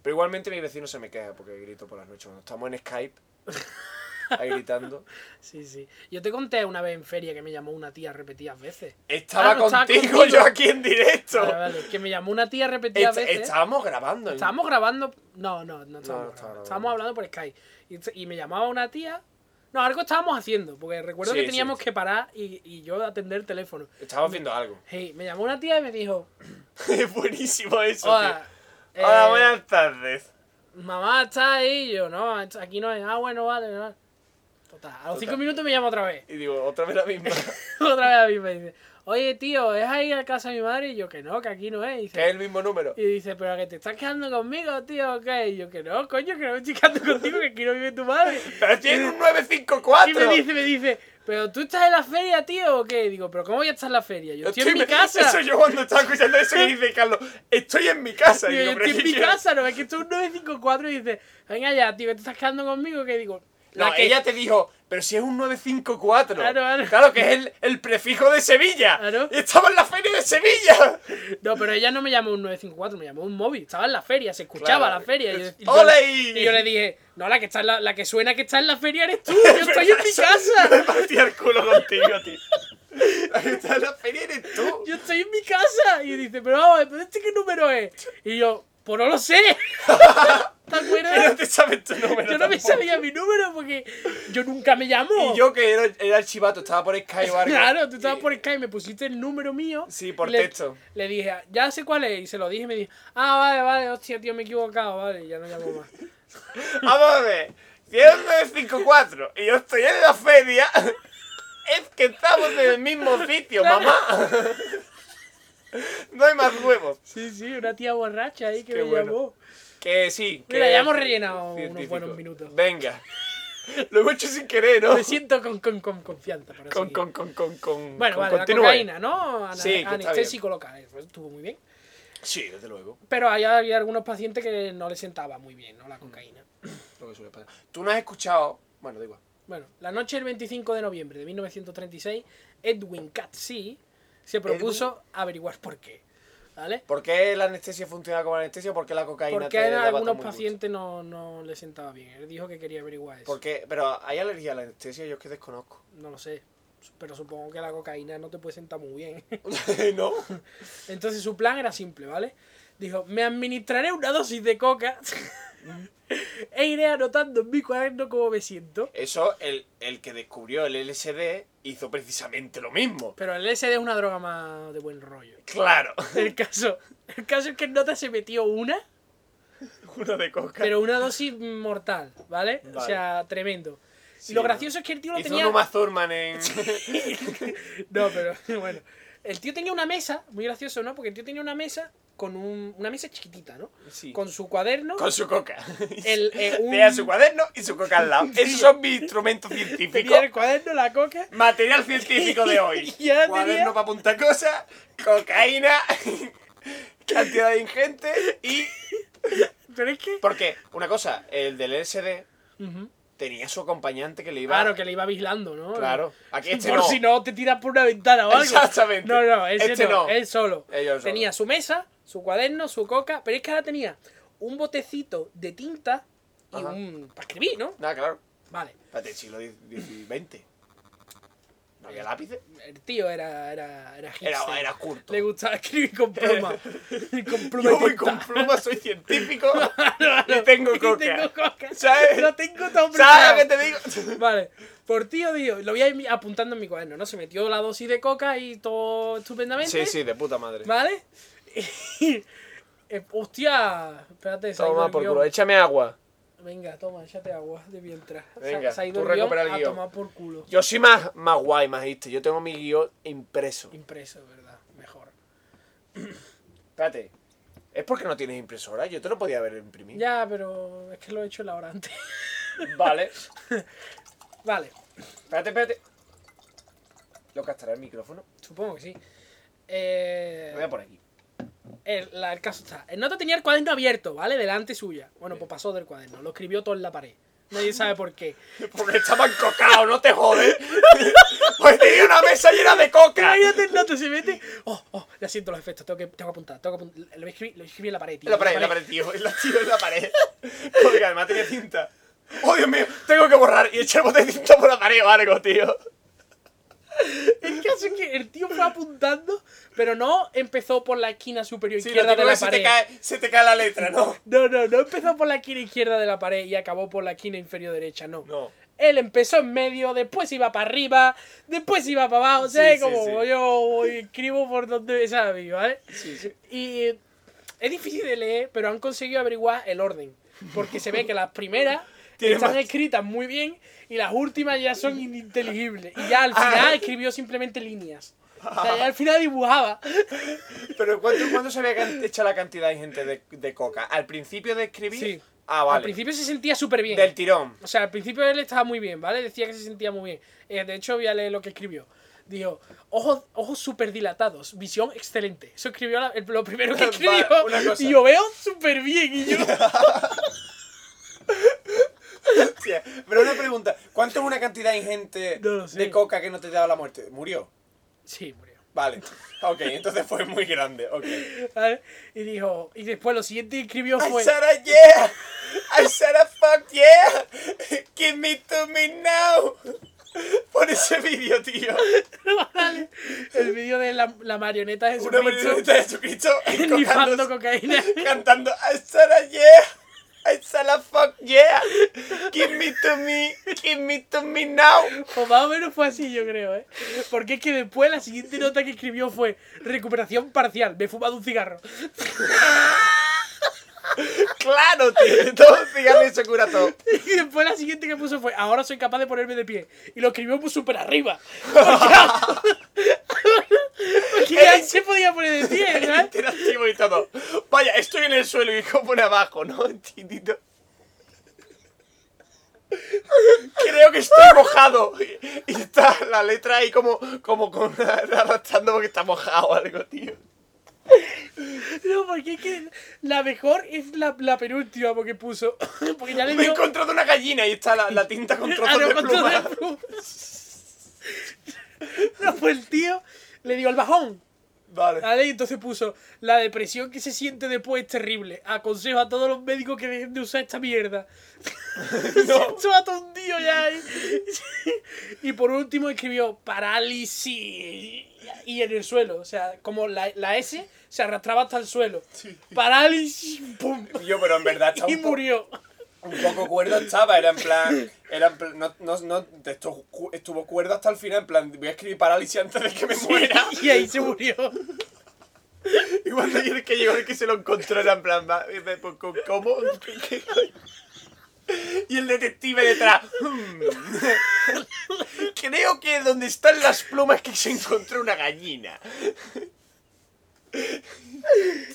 Speaker 1: Pero igualmente mi vecino se me queja porque grito por las noches. Cuando estamos en Skype, ahí gritando.
Speaker 2: Sí, sí. Yo te conté una vez en feria que me llamó una tía repetidas veces.
Speaker 1: Estaba
Speaker 2: Ah, no, estaba
Speaker 1: contigo,
Speaker 2: contigo.
Speaker 1: yo aquí en directo.
Speaker 2: Vale, vale, Que me llamó una tía repetidas
Speaker 1: Est-
Speaker 2: veces.
Speaker 1: estábamos grabando. en-
Speaker 2: Estábamos grabando. No, no, no
Speaker 1: No, no
Speaker 2: estábamos grabando.
Speaker 1: estábamos
Speaker 2: Estábamos hablando por Skype. Y, ent- y me llamaba una tía. No, algo estábamos haciendo, porque recuerdo
Speaker 1: Sí,
Speaker 2: que
Speaker 1: sí,
Speaker 2: teníamos
Speaker 1: sí.
Speaker 2: que parar y, y yo atender el teléfono.
Speaker 1: Estábamos haciendo algo.
Speaker 2: Hey, me llamó una tía y me dijo,
Speaker 1: Buenísimo eso,
Speaker 2: hola,
Speaker 1: tío. Hola,
Speaker 2: eh,
Speaker 1: buenas tardes.
Speaker 2: mamá está ahí, Y yo, no, aquí no es, ah, bueno, vale, vale. Total, a los cinco
Speaker 1: Total.
Speaker 2: minutos me llama otra vez.
Speaker 1: Y digo, otra vez la misma.
Speaker 2: otra vez a mí me dice, oye, tío, ¿es ahí a casa de mi madre? Y yo, que no, que aquí no es. Y
Speaker 1: que es
Speaker 2: dice,
Speaker 1: el mismo número.
Speaker 2: y dice, pero que te estás quedando conmigo, tío, ¿o qué? Y yo, que no, coño, que no me estoy quedando contigo, que aquí no vive tu madre.
Speaker 1: Pero tiene un
Speaker 2: Y
Speaker 1: 954.
Speaker 2: me dice, me dice, pero tú estás en la feria, tío, ¿o qué? Y digo, pero ¿cómo voy a estar en la feria? Yo estoy, en mi casa.
Speaker 1: Eso yo cuando estaba escuchando eso que dice Carlos, estoy en mi casa.
Speaker 2: Digo,
Speaker 1: Digo,
Speaker 2: yo
Speaker 1: "¿Pero
Speaker 2: estoy en
Speaker 1: qué
Speaker 2: mi
Speaker 1: quieres?".
Speaker 2: casa, ¿no? Es que esto es un 954 y dice, venga ya, tío, que te estás quedando conmigo, que digo, la
Speaker 1: No,
Speaker 2: que-
Speaker 1: ella te dijo, pero si es un 954.
Speaker 2: Claro, claro.
Speaker 1: que es el, el prefijo de Sevilla.
Speaker 2: Claro.
Speaker 1: Y estaba en la feria de Sevilla.
Speaker 2: No, pero ella no me llamó un 954, me llamó un móvil, estaba en la feria, se escuchaba
Speaker 1: Claro.
Speaker 2: la feria. Y yo, y yo-
Speaker 1: ¡Ole!
Speaker 2: y yo le dije, no, la que, está en la, la que suena que está en la feria eres tú, yo estoy en mi
Speaker 1: Me
Speaker 2: casa.
Speaker 1: partí el culo contigo, tío. La que está en la feria eres tú.
Speaker 2: Yo estoy en mi casa. Y dice, pero vamos, ¿pero este qué número es? Y yo, pues no lo sé. ¿Te
Speaker 1: Que no
Speaker 2: acuerdas?
Speaker 1: te sabes tu número.
Speaker 2: Yo no me
Speaker 1: tampoco.
Speaker 2: sabía mi número porque yo nunca me llamo.
Speaker 1: Y yo que era, era el chivato, estaba por Sky o algo.
Speaker 2: Claro, tú estabas
Speaker 1: Y-
Speaker 2: por Skype, me pusiste el número mío.
Speaker 1: Sí, por
Speaker 2: Le-
Speaker 1: texto.
Speaker 2: Le dije, ya sé cuál es, y se lo dije, y me dijo, ah, vale, vale, hostia, tío, me he equivocado, vale, ya no llamo más.
Speaker 1: Vamos a ver. Si es un 954 y yo estoy en la feria, es que estamos en el mismo sitio,
Speaker 2: Claro.
Speaker 1: mamá. No hay más huevos.
Speaker 2: Sí, sí, una tía borracha ahí que
Speaker 1: Qué
Speaker 2: me
Speaker 1: bueno.
Speaker 2: llamó.
Speaker 1: Que sí. Que
Speaker 2: Mira, ya hemos rellenado unos
Speaker 1: científico.
Speaker 2: buenos minutos. Pues
Speaker 1: Venga. Lo hemos hecho sin querer, ¿no?
Speaker 2: Me siento con, con, con confianza. Para
Speaker 1: Con,
Speaker 2: seguir.
Speaker 1: con, con, con, con.
Speaker 2: pues bueno,
Speaker 1: con
Speaker 2: vale,
Speaker 1: continúe.
Speaker 2: la cocaína, ¿no? Ana-
Speaker 1: Sí, que está
Speaker 2: anestésico local, eso estuvo muy bien.
Speaker 1: Sí, desde luego.
Speaker 2: Pero hay- había algunos pacientes que no les sentaba muy bien, ¿no? La cocaína.
Speaker 1: Lo que suele pasar. Tú no has escuchado. Bueno, da igual.
Speaker 2: Bueno, la noche del 25 de noviembre de 1936, Edwin Catsey se propuso averiguar por qué. ¿Vale?
Speaker 1: ¿Por qué la anestesia funciona como anestesia? ¿Por qué la cocaína
Speaker 2: Porque
Speaker 1: te
Speaker 2: a
Speaker 1: levanta
Speaker 2: algunos
Speaker 1: muy mucho?
Speaker 2: pacientes no, no le sentaba bien. Él dijo que quería averiguar eso.
Speaker 1: ¿Por qué? Pero hay alergia a la anestesia, yo es que desconozco.
Speaker 2: No lo sé. Pero supongo que la cocaína no te puede sentar muy bien.
Speaker 1: ¿No?
Speaker 2: Entonces su plan era simple, ¿vale? Dijo, me administraré una dosis de coca e iré anotando en mi cuaderno cómo me siento.
Speaker 1: Eso, el, el que descubrió el LSD hizo precisamente lo mismo.
Speaker 2: Pero el LSD es una droga más de buen rollo.
Speaker 1: Claro.
Speaker 2: El caso, el caso es que en nota se metió una,
Speaker 1: Una de coca.
Speaker 2: pero una dosis mortal, ¿vale? O sea, tremendo.
Speaker 1: Sí,
Speaker 2: y lo
Speaker 1: ¿no?
Speaker 2: gracioso es que el tío lo
Speaker 1: hizo
Speaker 2: tenía...
Speaker 1: un Uma Thurman en...
Speaker 2: No, pero bueno. El tío tenía una mesa, muy gracioso, ¿no? Porque el tío tenía una mesa con un, una mesa chiquitita, ¿no?
Speaker 1: Sí. Con...
Speaker 2: Con su cuaderno,
Speaker 1: su coca.
Speaker 2: el, eh, un-
Speaker 1: Tenía su cuaderno y su coca al lado. Esos son mis instrumentos científicos.
Speaker 2: tenía el cuaderno, la coca,
Speaker 1: Material científico de hoy.
Speaker 2: Y ahora
Speaker 1: Cuaderno
Speaker 2: tenía-
Speaker 1: para apuntar cosas, cocaína, cantidad ingente y...
Speaker 2: pero es que...
Speaker 1: Porque, una cosa, el del LSD
Speaker 2: Ujú.
Speaker 1: tenía su acompañante que le iba...
Speaker 2: Claro, que le iba vigilando, ¿no?
Speaker 1: Claro. Aquí este
Speaker 2: por
Speaker 1: no.
Speaker 2: si no te tiras por una ventana o algo.
Speaker 1: Exactamente.
Speaker 2: No, no, ese
Speaker 1: Este
Speaker 2: no,
Speaker 1: no.
Speaker 2: él solo.
Speaker 1: Ellos solo.
Speaker 2: Tenía su mesa, su cuaderno, su coca, pero es que ahora tenía un botecito de tinta y
Speaker 1: Ajá.
Speaker 2: un... para escribir, ¿no?
Speaker 1: Nada, claro.
Speaker 2: Vale.
Speaker 1: Espérate, siglo XX. ¿No había lápices?
Speaker 2: El tío era... Era, era, hipster.
Speaker 1: Era, era curto.
Speaker 2: Le gustaba escribir con pluma. con pluma
Speaker 1: Yo
Speaker 2: y
Speaker 1: voy
Speaker 2: tinta.
Speaker 1: con pluma, soy científico y
Speaker 2: Claro,
Speaker 1: tengo
Speaker 2: y
Speaker 1: coca.
Speaker 2: tengo coca.
Speaker 1: ¿Sabes?
Speaker 2: Lo tengo todo preparado.
Speaker 1: ¿Sabes lo que te digo?
Speaker 2: Vale, por tío, digo, lo voy a ir apuntando en mi cuaderno, ¿no? Se metió la dosis de coca y todo
Speaker 1: Sí,
Speaker 2: estupendamente.
Speaker 1: sí, de puta madre.
Speaker 2: ¿Vale? Eh, hostia, espérate, se ha ido
Speaker 1: Toma
Speaker 2: el
Speaker 1: por
Speaker 2: guión.
Speaker 1: culo, eh. échame agua.
Speaker 2: Venga, toma, échate agua de mientras. Se-
Speaker 1: Venga,
Speaker 2: se ha ido
Speaker 1: tú
Speaker 2: el guión
Speaker 1: recupera el
Speaker 2: a
Speaker 1: guión.
Speaker 2: tomar por culo.
Speaker 1: Yo soy más, más guay, más hipster. Yo tengo mi guión impreso.
Speaker 2: Impreso, ¿verdad? Mejor.
Speaker 1: Espérate. ¿Es porque no tienes impresora? Yo te lo podía haber imprimido.
Speaker 2: Ya, pero es que lo he hecho la hora antes.
Speaker 1: Vale.
Speaker 2: vale,
Speaker 1: Espérate, espérate. ¿Lo gastará el micrófono?
Speaker 2: supongo que sí.
Speaker 1: Lo voy a
Speaker 2: Eh,
Speaker 1: poner aquí.
Speaker 2: el, la- el caso está. El nota tenía el cuaderno abierto, ¿vale? Delante suya. Bueno, pues pasó del cuaderno. Lo escribió todo en la pared. Nadie sabe por qué.
Speaker 1: Porque estaban cocados, no te jodes. Pues tenía una mesa llena de coca.
Speaker 2: Cállate, el nota se mete. Oh, oh, ya siento los efectos, tengo que, tengo que apuntar, tengo que apuntar. Lo voy a escribir, lo voy a escribir en la pared, tío.
Speaker 1: En la pared, en la pared, tío. En la, tío, en la pared. Porque además tenía cinta. ¡Oh, Dios mío! Tengo que borrar y echar el bote de cinta por la pared o algo, tío.
Speaker 2: El caso es que el tío fue apuntando, pero no empezó por la esquina superior
Speaker 1: Sí, lo
Speaker 2: izquierda de
Speaker 1: típico
Speaker 2: la
Speaker 1: que se te,
Speaker 2: pared.
Speaker 1: cae, se te cae la letra, ¿no?
Speaker 2: No, no, no empezó por la esquina izquierda de la pared y acabó por la esquina inferior derecha, no.
Speaker 1: No.
Speaker 2: Él empezó en medio, después iba para arriba, después iba para abajo, o sea,
Speaker 1: Sí, sí,
Speaker 2: como
Speaker 1: sí.
Speaker 2: yo voy, escribo por donde me sabe, a mí, ¿vale?
Speaker 1: Sí, sí.
Speaker 2: Y es difícil de leer, pero han conseguido averiguar el orden. Porque se ve que las primeras
Speaker 1: Tiene
Speaker 2: están
Speaker 1: más-
Speaker 2: escritas muy bien y las últimas ya son ininteligibles. Y ya al
Speaker 1: Ah.
Speaker 2: final escribió simplemente líneas. O sea, ya al final dibujaba.
Speaker 1: Pero ¿cuándo, cuándo se había can- hecho la cantidad de gente de, de coca? ¿Al principio de escribir?
Speaker 2: Sí.
Speaker 1: Ah, vale.
Speaker 2: Al principio se sentía súper bien.
Speaker 1: Del tirón.
Speaker 2: O sea, al principio él estaba muy bien, ¿vale? Decía que se sentía muy bien. Eh, de hecho, voy a leer lo que escribió. Dijo, ojos, ojos súper dilatados, visión excelente. Eso escribió la- el- lo primero que
Speaker 1: Vale,
Speaker 2: escribió.
Speaker 1: una cosa.
Speaker 2: y yo veo súper bien. Y yo,
Speaker 1: Hostia, Pero una pregunta. ¿Cuánto es una cantidad ingente
Speaker 2: No lo sé.
Speaker 1: de coca que no te daba la muerte? ¿Murió?
Speaker 2: sí, murió.
Speaker 1: Vale. Ok, entonces fue muy grande. Ok.
Speaker 2: ¿Vale? Y dijo, y después lo siguiente que escribió
Speaker 1: I
Speaker 2: fue.
Speaker 1: said a yeah! I said a fuck yeah! Give me to me now! Por ese vídeo, tío.
Speaker 2: Vale. El vídeo de la, la marioneta de
Speaker 1: Una
Speaker 2: Jesucristo
Speaker 1: marioneta de Jesucristo
Speaker 2: rifando
Speaker 1: tocando-
Speaker 2: cocaína.
Speaker 1: cantando I said a yeah! I said a fuck yeah! Give me to me! Give me to me now!
Speaker 2: O más o menos fue así, yo creo, ¿eh? Porque es que después la siguiente nota que escribió fue recuperación parcial. Me he fumado un cigarro.
Speaker 1: Claro, tío. Todo cigarro y se cura todo.
Speaker 2: Y después la siguiente que puso fue, ahora soy capaz de ponerme de pie. Y lo escribió muy súper arriba. Porque, porque ya se podía poner de pie, ¿verdad?
Speaker 1: Interactivo y todo. Vaya, estoy en el suelo y como pone abajo, ¿no? Titito. Creo que estoy mojado. Y está la letra ahí como, como con, arrastrando porque está mojado o algo, tío.
Speaker 2: No, porque es que la mejor es la, la penúltima, porque puso. Porque ya le
Speaker 1: Me he
Speaker 2: dio.
Speaker 1: encontrado una gallina y está la, la tinta con trozos
Speaker 2: Ah, no,
Speaker 1: de
Speaker 2: con
Speaker 1: pluma.
Speaker 2: trozos de pluma. No, pues el tío le dio al bajón.
Speaker 1: Vale.
Speaker 2: ¿vale? Y entonces puso la depresión que se siente después es terrible. Aconsejo a todos los médicos que dejen de usar esta mierda.
Speaker 1: No.
Speaker 2: Se mató un tío ya. Y, y por último escribió parálisis y en el suelo. O sea, como la, la S se arrastraba hasta el suelo. Parálisis pum,
Speaker 1: Yo, pero en verdad está
Speaker 2: y
Speaker 1: un, po-
Speaker 2: murió.
Speaker 1: un poco cuerdo estaba, era en plan, era en plan- no, no, no, esto- estuvo cuerdo hasta el final, en plan, voy a escribir parálisis antes de que me muera.
Speaker 2: Y ahí se murió.
Speaker 1: Y cuando yo- el que llegó el que se lo encontró era en plan, va, y dice, pues, ¿con- ¿cómo? ¿Qué- qué coño? Y el detective detrás. "Hmm". Creo que donde están las plumas que se encontró una gallina.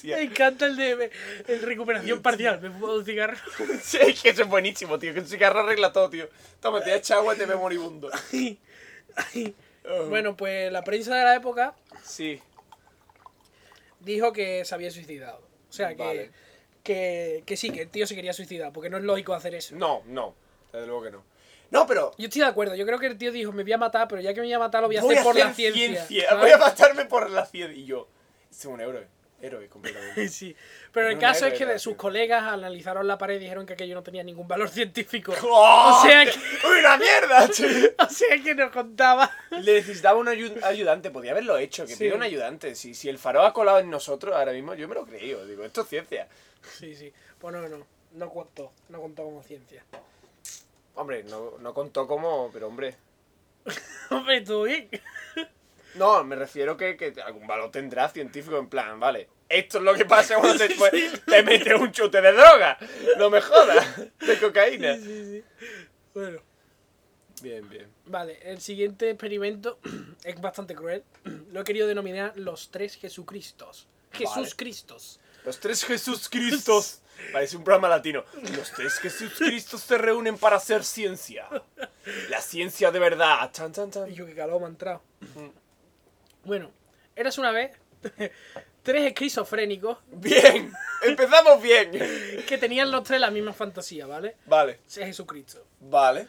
Speaker 2: Me encanta el de el recuperación parcial. Me puedo un cigarro.
Speaker 1: Sí, es que eso es buenísimo, tío. Que un cigarro arregla todo, tío. Toma, te echa agua y te ve moribundo.
Speaker 2: Ay, ay.
Speaker 1: Oh.
Speaker 2: Bueno, pues la prensa de la época
Speaker 1: Sí.
Speaker 2: dijo que se había suicidado. O sea, que,
Speaker 1: Vale.
Speaker 2: que, que sí, que el tío se quería suicidar, porque no es lógico hacer eso.
Speaker 1: No, no. Desde luego que no. No, pero.
Speaker 2: Yo estoy de acuerdo, yo creo que el tío dijo, me voy a matar, pero ya que me voy a matar lo voy a
Speaker 1: Voy
Speaker 2: hacer
Speaker 1: a
Speaker 2: por la
Speaker 1: hacer
Speaker 2: ciencia.
Speaker 1: Voy a
Speaker 2: ¿sabes?
Speaker 1: matarme por la ciencia. Y yo. Este es un héroe. Héroe completamente.
Speaker 2: Sí. Pero el
Speaker 1: Un
Speaker 2: caso
Speaker 1: héroe,
Speaker 2: es que de
Speaker 1: gracias.
Speaker 2: sus colegas analizaron la pared y dijeron que aquello no tenía ningún valor científico.
Speaker 1: ¡Oh!
Speaker 2: O sea que,
Speaker 1: ¡Uy, una mierda! tío!
Speaker 2: o sea que nos contaba.
Speaker 1: Le necesitaba un ayu- ayudante, podía haberlo hecho, que
Speaker 2: Sí.
Speaker 1: pida un ayudante. Si, si el faro ha colado en nosotros ahora mismo, yo me lo creí. yo Digo, esto es ciencia.
Speaker 2: Sí, sí. Pues no, no, no contó, no contó como ciencia.
Speaker 1: Hombre, no, no contó cómo, pero hombre.
Speaker 2: Hombre, todo bien.
Speaker 1: No, me refiero que, que algún valor tendrá científico en plan, vale. Esto es lo que pasa cuando te, te metes un chute de droga. No me jodas. De cocaína.
Speaker 2: Sí, sí. Bueno.
Speaker 1: Bien, bien.
Speaker 2: Vale, el siguiente experimento es bastante cruel. Lo he querido denominar los tres Jesucristos. Jesús Cristos.
Speaker 1: Los tres Jesús Cristos. Parece un programa latino. Los tres Jesús Cristos se reúnen para hacer ciencia. La ciencia de verdad. Tan, tan,
Speaker 2: Y
Speaker 1: tan.
Speaker 2: yo que calor me ha entrado. Bueno, eras una vez tres esquizofrénicos
Speaker 1: Bien. Empezamos bien.
Speaker 2: que tenían los tres la misma fantasía, ¿vale?
Speaker 1: Vale,
Speaker 2: Ser Jesucristo.
Speaker 1: vale.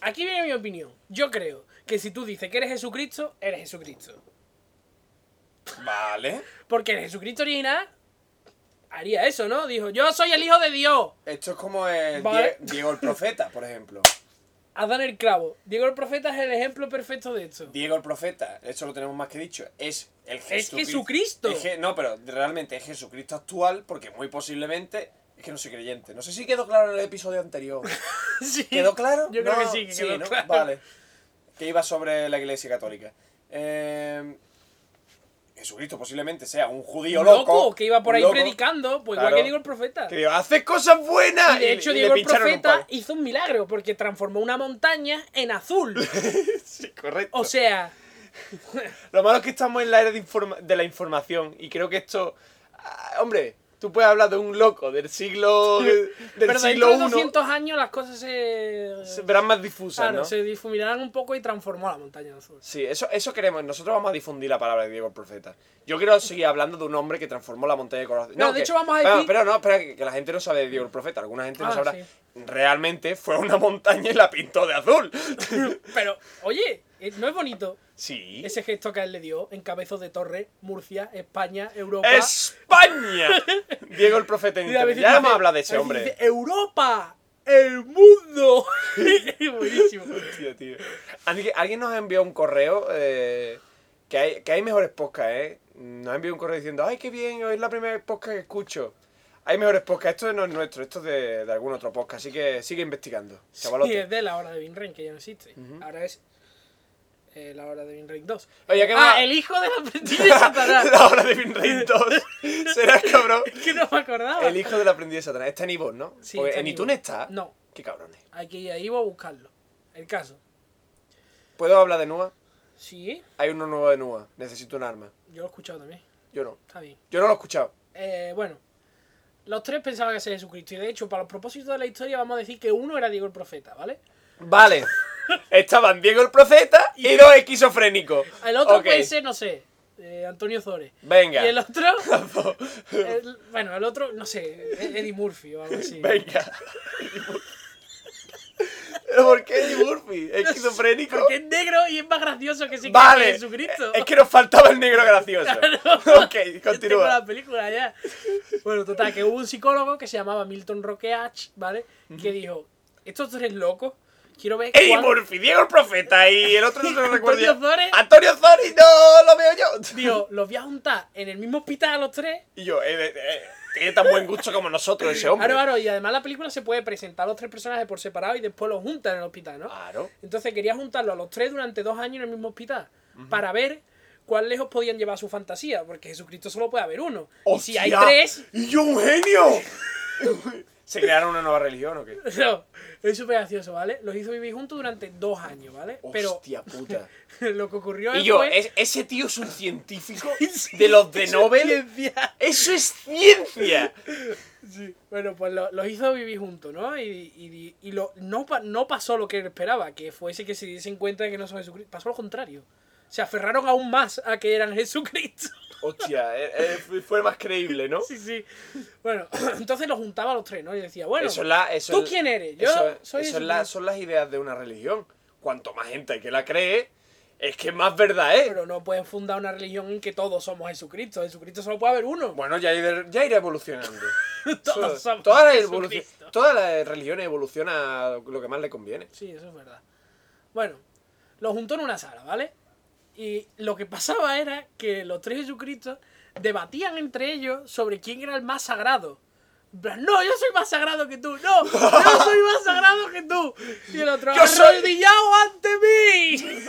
Speaker 2: Aquí viene mi opinión. Yo creo que si tú dices que eres Jesucristo, eres Jesucristo.
Speaker 1: Vale.
Speaker 2: Porque el Jesucristo original haría eso, ¿no? Dijo, yo soy el hijo de Dios.
Speaker 1: Esto es como el
Speaker 2: Vale.
Speaker 1: Die- Diego el Profeta, por ejemplo.
Speaker 2: Adán el clavo. Diego el profeta es el ejemplo perfecto de esto.
Speaker 1: Diego el Profeta, eso lo tenemos más que dicho, es el Jesucristo.
Speaker 2: Jesucristo.
Speaker 1: Es Je- no, pero realmente es Jesucristo actual porque muy posiblemente es que no soy creyente. No sé si quedó claro en el episodio anterior.
Speaker 2: Sí.
Speaker 1: ¿Quedó claro?
Speaker 2: Yo creo
Speaker 1: No,
Speaker 2: que sí, que quedó
Speaker 1: ¿no?
Speaker 2: claro.
Speaker 1: Vale. Que iba sobre la iglesia católica. Eh, Jesucristo posiblemente sea un judío
Speaker 2: Un
Speaker 1: loco.
Speaker 2: loco que iba por
Speaker 1: un
Speaker 2: ahí
Speaker 1: loco,
Speaker 2: predicando, pues
Speaker 1: Claro.
Speaker 2: igual que Diego el profeta.
Speaker 1: Que digo, hace cosas buenas.
Speaker 2: Y de
Speaker 1: Y-
Speaker 2: hecho,
Speaker 1: y le
Speaker 2: Diego el
Speaker 1: pincharon un
Speaker 2: profeta
Speaker 1: palo.
Speaker 2: hizo un milagro porque transformó una montaña en azul.
Speaker 1: Sí, correcto.
Speaker 2: O sea,
Speaker 1: Lo malo es que estamos en la era de, informa- de la información y creo que esto... ah, hombre, tú puedes hablar de un loco del siglo... del
Speaker 2: pero
Speaker 1: siglo
Speaker 2: dentro
Speaker 1: I.
Speaker 2: de 200 años las cosas se.
Speaker 1: Se verán más difusas,
Speaker 2: claro,
Speaker 1: ¿no?
Speaker 2: se difuminarán un poco y transformó la montaña en azul.
Speaker 1: Sí, eso, eso queremos. Nosotros vamos a difundir la palabra de Diego el Profeta. Yo quiero seguir hablando de un hombre que transformó la montaña de corazón.
Speaker 2: No, de hecho vamos a decir-
Speaker 1: Pero no, espera, que, que la gente no sabe de Diego el Profeta. Alguna gente
Speaker 2: Ah,
Speaker 1: no sabrá.
Speaker 2: sí.
Speaker 1: Realmente fue una montaña y la pintó de azul.
Speaker 2: Pero, oye, eh, ¿no es bonito
Speaker 1: sí.
Speaker 2: ese gesto que a él le dio en cabezos de torre, Murcia, España, Europa?
Speaker 1: ¡España! Diego el Profeta en
Speaker 2: Y a
Speaker 1: internet.
Speaker 2: veces
Speaker 1: Ya
Speaker 2: dice-
Speaker 1: vamos a hablar de
Speaker 2: a
Speaker 1: ese
Speaker 2: veces
Speaker 1: hombre.
Speaker 2: dice, ¡Europa! ¡El mundo! Buenísimo.
Speaker 1: Tío, tío. Alguien, alguien nos envió un correo eh, que, hay, que hay mejores podcasts, ¿eh? Nos envió un correo diciendo, ay, qué bien, hoy es la primera podcast que escucho. Hay mejores podcasts, esto no es nuestro, esto es de, de algún otro podcast, así que sigue investigando.
Speaker 2: Y
Speaker 1: Chavalote.
Speaker 2: es de la hora de Vinren, que ya no existe. Ahora es eh, la hora de Vinren 2.
Speaker 1: Oye, ¿qué
Speaker 2: ah,
Speaker 1: va?
Speaker 2: el hijo del aprendiz de Satanás.
Speaker 1: la hora de Finrey 2. Serás cabrón.
Speaker 2: que no me acordaba.
Speaker 1: El hijo del aprendiz de Satanás. Está en Ivo, ¿no?
Speaker 2: Ah, Sí,
Speaker 1: Porque
Speaker 2: está
Speaker 1: en
Speaker 2: en
Speaker 1: iTunes
Speaker 2: iVoox.
Speaker 1: está.
Speaker 2: No,
Speaker 1: Qué cabrones.
Speaker 2: hay que ir ahí a buscarlo. El caso.
Speaker 1: ¿Puedo hablar de Nua?
Speaker 2: Sí,
Speaker 1: Hay uno nuevo de Nua. Necesito un arma.
Speaker 2: yo lo he escuchado también.
Speaker 1: Yo no.
Speaker 2: Está bien.
Speaker 1: Yo no lo he escuchado.
Speaker 2: Eh, bueno, los tres pensaban que ser Jesucristo. Y de hecho, para los propósitos de la historia, vamos a decir que uno era Diego el Profeta, ¿vale?
Speaker 1: Vale. Estaban Diego el Profeta y dos esquizofrénicos.
Speaker 2: El otro
Speaker 1: Ok.
Speaker 2: puede ser, no sé, eh, Antonio Zores.
Speaker 1: Venga.
Speaker 2: Y el otro, el- bueno, el otro, no sé, E- Eddie Murphy o algo así.
Speaker 1: Venga. ¿Pero por qué Eddie Murphy? ¿Esquizofrénico?
Speaker 2: Porque es negro y es más gracioso que si
Speaker 1: Vale.
Speaker 2: Jesucristo.
Speaker 1: Es que nos faltaba el negro gracioso. ok,
Speaker 2: Yo tengo
Speaker 1: continúa.
Speaker 2: la película ya. Bueno, total, que hubo un psicólogo que se llamaba Milton Roqueach, ¿vale? Que dijo, estos tres locos, quiero ver
Speaker 1: Eddie
Speaker 2: cuán-".
Speaker 1: Murphy, Diego el Profeta y el otro no se lo recuerdo.
Speaker 2: Antonio
Speaker 1: ya.
Speaker 2: Zores.
Speaker 1: Antonio Zores, no lo veo yo.
Speaker 2: Dijo, los voy a juntar en el mismo hospital a los tres.
Speaker 1: Y yo, eh, eh, eh, tiene tan buen gusto como nosotros ese hombre.
Speaker 2: Claro, claro, y además la película se puede presentar a los tres personajes por separado y después los juntan en el hospital, ¿no?
Speaker 1: Claro.
Speaker 2: Entonces quería juntarlo a los tres durante dos años en el mismo hospital para ver cuán lejos podían llevar su fantasía, porque Jesucristo solo puede haber uno. Y si hay
Speaker 1: ¡Hostia!
Speaker 2: tres,
Speaker 1: ¡Y yo un genio! ¿Se crearon una nueva religión o qué?
Speaker 2: no, es súper gracioso, ¿vale? Los hizo vivir juntos durante dos años, ¿vale?
Speaker 1: Hostia puta.
Speaker 2: Pero lo que ocurrió
Speaker 1: Y yo,
Speaker 2: fue-
Speaker 1: es- ese tío es un científico de los de Nobel.
Speaker 2: Ciencia.
Speaker 1: ¡Eso es ciencia!
Speaker 2: Sí. Bueno, pues lo- los hizo vivir juntos, ¿no? Y, y- y lo, no, pa- no pasó lo que él esperaba, que fuese que se diesen cuenta de que no son Jesucristo. Pasó lo contrario. Se aferraron aún más a que eran Jesucristo.
Speaker 1: Hostia, eh, eh, fue- fue más creíble, ¿no?
Speaker 2: Sí, sí. Bueno, entonces los juntaba a los tres, ¿no? Y decía, bueno,
Speaker 1: Eso es la- eso
Speaker 2: ¿tú
Speaker 1: es-
Speaker 2: quién eres? Yo
Speaker 1: Eso,
Speaker 2: soy
Speaker 1: eso es la-
Speaker 2: Jesucristo.
Speaker 1: son las ideas de una religión. Cuanto más gente que la cree, es que más verdad es.
Speaker 2: Pero no pueden fundar una religión en que todos somos Jesucristo. Jesucristo solo puede haber uno.
Speaker 1: Bueno, ya, ir- ya irá evolucionando.
Speaker 2: todos
Speaker 1: Eso-
Speaker 2: somos
Speaker 1: todas, las
Speaker 2: Jesucristo.
Speaker 1: evoluci- todas las religiones evolucionan lo que más le conviene.
Speaker 2: Sí, eso es verdad. Bueno, los juntó en una sala, ¿vale? Y lo que pasaba era que los tres Jesucristos debatían entre ellos sobre quién era el más sagrado. En plan, no, yo soy más sagrado que tú, no, yo soy más sagrado que tú. Y el otro,
Speaker 1: Yo soy-
Speaker 2: arrodillado ante mí.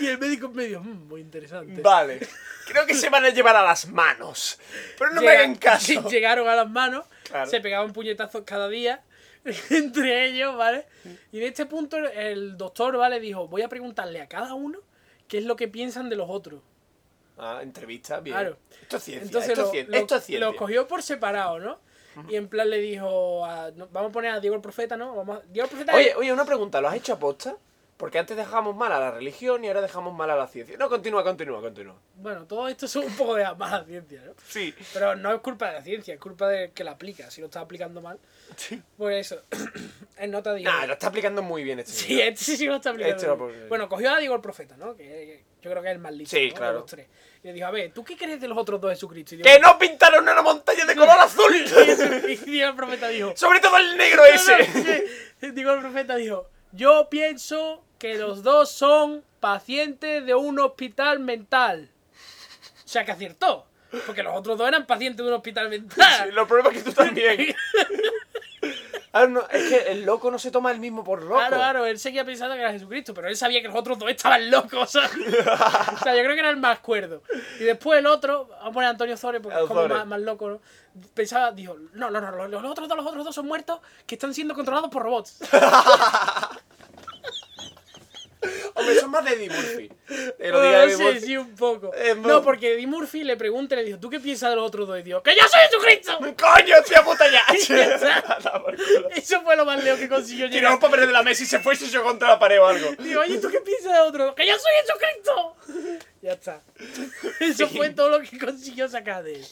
Speaker 2: y el médico en medio, "Mm, muy interesante.
Speaker 1: Vale. Creo que se van a llevar a las manos. Pero no me
Speaker 2: Llega-
Speaker 1: hagan caso.
Speaker 2: Llegaron a las manos,
Speaker 1: Claro.
Speaker 2: se pegaban puñetazos cada día entre ellos, ¿vale? Y en este punto el doctor, ¿vale? Dijo, voy a preguntarle a cada uno qué es lo que piensan de los otros.
Speaker 1: Ah, entrevista, bien.
Speaker 2: Claro.
Speaker 1: Esto es ciencia.
Speaker 2: Entonces
Speaker 1: esto,
Speaker 2: lo-
Speaker 1: es cien-
Speaker 2: lo-
Speaker 1: esto es ciencia.
Speaker 2: los cogió por separado, ¿no? Y en plan le dijo, a- no, vamos a poner a Diego el Profeta, ¿no? Vamos a- Diego el Profeta...
Speaker 1: Oye, oye, una pregunta. ¿Lo has hecho aposta? Porque antes dejábamos mal a la religión y ahora dejamos mal a la ciencia. No, continúa, continúa, continúa.
Speaker 2: Bueno, todo esto es un poco de la mala ciencia, ¿no?
Speaker 1: Sí.
Speaker 2: Pero no es culpa de la ciencia, es culpa de que la aplica, si lo está aplicando mal. Por eso, en nota dijo...
Speaker 1: Nah, lo está aplicando muy bien este
Speaker 2: Sí,
Speaker 1: señor.
Speaker 2: este sí sí lo está aplicando.
Speaker 1: Este lo puedo creer.
Speaker 2: bueno, cogió a Diego el Profeta, ¿no? Que, que yo creo que es el más listo
Speaker 1: Sí,
Speaker 2: ¿no? de
Speaker 1: claro.
Speaker 2: los tres. Y le dijo, a ver, ¿tú qué crees de los otros dos Jesucristo? Y Diego,
Speaker 1: ¡Que no pintaron una montaña de color azul!
Speaker 2: y Diego el Profeta dijo...
Speaker 1: Sobre todo el negro
Speaker 2: "No, no,
Speaker 1: ese.
Speaker 2: sí". Diego el Profeta dijo, yo pienso que los dos son pacientes de un hospital mental. O sea, que aciertó. Porque los otros dos eran pacientes de un hospital mental.
Speaker 1: Sí, Lo problema es que tú también. Ah, no, es que el loco no se toma el mismo por loco.
Speaker 2: Claro, claro, él seguía pensando que era Jesucristo, pero él sabía que los otros dos estaban locos. ¿sabes? o sea, yo creo que era el más cuerdo. Y después el otro, vamos a poner a Antonio Zores porque es como
Speaker 1: Zores.
Speaker 2: más, más loco, ¿no? Pensaba, dijo, no, no, no, los, los otros dos, los otros dos son muertos que están siendo controlados por robots.
Speaker 1: Hombre, son más de Eddie Murphy. Te lo diga
Speaker 2: no
Speaker 1: Eddie
Speaker 2: sé,
Speaker 1: Murphy.
Speaker 2: Ah, sí, un poco.
Speaker 1: Eh, mo-
Speaker 2: No, porque Eddie Murphy le pregunta y le dijo, ¿tú qué piensas de los otros dos? Y dijo, ¡que yo soy Jesucristo!
Speaker 1: ¡Coño, tía puta ya!
Speaker 2: está.
Speaker 1: Anda, por culo.
Speaker 2: Eso fue lo más leo que consiguió
Speaker 1: Tiró
Speaker 2: llegar.
Speaker 1: los papeles de la mesa y se fue y se echó contra la pared o algo.
Speaker 2: Digo, oye, ¿tú qué piensas de otro? ¡Que yo soy Jesucristo! Ya está. Eso fue todo lo que consiguió sacar de él.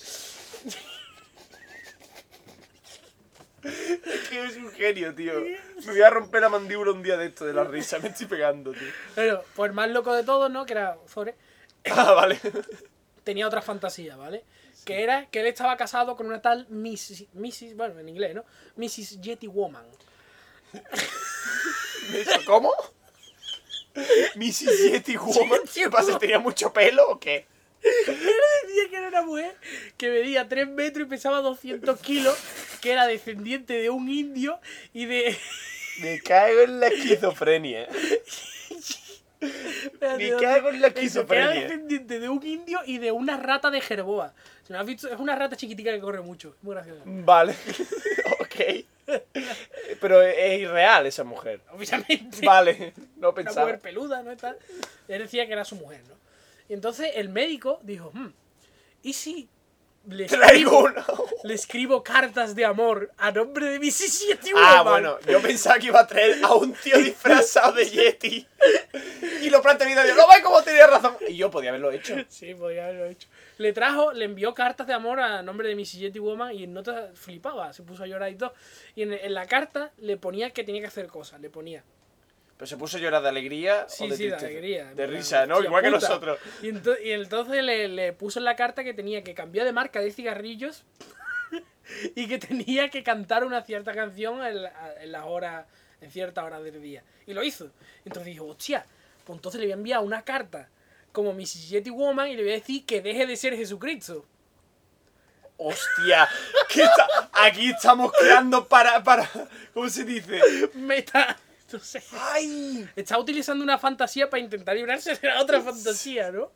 Speaker 1: Que es un genio, tío. Me voy a romper la mandíbula un día de esto, de la risa. Me estoy pegando, tío.
Speaker 2: Pero, pues más loco de todos, ¿no? Que era Zore,
Speaker 1: Ah, vale.
Speaker 2: tenía otra fantasía, ¿vale? Que era que él estaba casado con una tal Mrs. Mrs. Bueno, en inglés, ¿no? Mrs. Yeti Woman.
Speaker 1: Me hizo, ¿Cómo? Mrs. Yeti Woman. ¿Qué pasa? ¿Tenía mucho pelo o qué?
Speaker 2: Decía que era una mujer que medía 3 metros y pesaba 200 kilos, que era descendiente de un indio y de.
Speaker 1: Me cago en la esquizofrenia. ¿eh? Me cago en la
Speaker 2: Eso, que
Speaker 1: esquizofrenia.
Speaker 2: era descendiente de un indio y de una rata de Gerboa. Si no has visto, es una rata chiquitica que corre mucho. Es muy graciosa.
Speaker 1: Vale. ok. Pero es irreal esa mujer.
Speaker 2: Obviamente.
Speaker 1: Vale. No
Speaker 2: una
Speaker 1: pensaba.
Speaker 2: mujer peluda, ¿no? Y tal. Él decía que era su mujer, ¿no? Y entonces el médico dijo, "Hmm, ¿y si le
Speaker 1: Traigo una.
Speaker 2: escribo, le escribo cartas de amor a nombre de mi Sissy
Speaker 1: Ah, bueno, yo pensaba que iba a traer a un tío disfrazado de Yeti. Y lo planteé vida, no va como tenía razón. Y yo podía haberlo hecho.
Speaker 2: Sí, podría haberlo hecho. Le trajo, le envió cartas de amor a nombre de Missy Yeti Woman y en notas flipaba, se puso a llorar y todo. Y en, en la carta le ponía que tenía que hacer cosas, le ponía.
Speaker 1: Pero se puso a llorar de alegría
Speaker 2: Sí,
Speaker 1: o de
Speaker 2: sí, de
Speaker 1: tristeza?
Speaker 2: alegría. en
Speaker 1: De
Speaker 2: plan,
Speaker 1: risa, ¿no?
Speaker 2: hostia
Speaker 1: Igual que
Speaker 2: puta.
Speaker 1: nosotros.
Speaker 2: Y, ento- y entonces le, le puso en la carta que tenía que cambiar de marca de cigarrillos y que tenía que cantar una cierta canción en, la- en las horas, en cierta hora del día. Y lo hizo. Entonces dijo, hostia, pues entonces le voy a enviar una carta como Miss Yeti Woman y le voy a decir que deje de ser Jesucristo.
Speaker 1: Hostia, que está- aquí estamos creando para, para. ¿Cómo se dice?
Speaker 2: Me está... Entonces,
Speaker 1: ¡Ay!
Speaker 2: está utilizando una fantasía para intentar librarse de la otra fantasía, ¿no?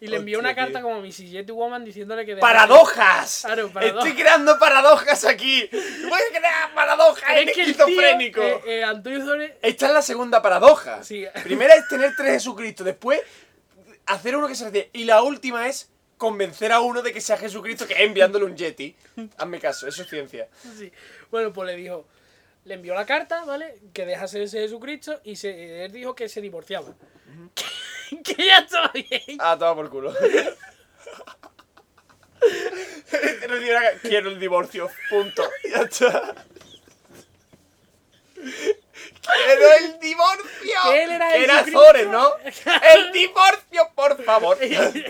Speaker 2: Y le envió
Speaker 1: Hostia,
Speaker 2: una carta
Speaker 1: tío.
Speaker 2: como Miss Yeti Woman diciéndole que... dejara-
Speaker 1: ¡Paradojas!
Speaker 2: Claro, paradojas.
Speaker 1: Estoy creando paradojas aquí. Voy a crear paradojas en
Speaker 2: el
Speaker 1: eh, esquizofrénico.
Speaker 2: tío, eh, eh, Antonio Flores-
Speaker 1: Esta es la segunda paradoja.
Speaker 2: Sí.
Speaker 1: Primera es tener tres Jesucristo, después hacer uno que se hace. Y la última es convencer a uno de que sea Jesucristo, que es enviándole un Yeti. Hazme caso, eso es ciencia.
Speaker 2: sí. Bueno, pues le dijo, le envió la carta, ¿vale? Que dejase de ser Jesucristo y se, él dijo que se divorciaba. que, que ya estaba bien.
Speaker 1: Ah, toma por culo. Quiero el divorcio, punto. Ya está. ¡Quiero el divorcio!
Speaker 2: Que él era
Speaker 1: Que
Speaker 2: Jesucristo.
Speaker 1: Azores, ¿no? ¡El divorcio, por favor!
Speaker 2: Eso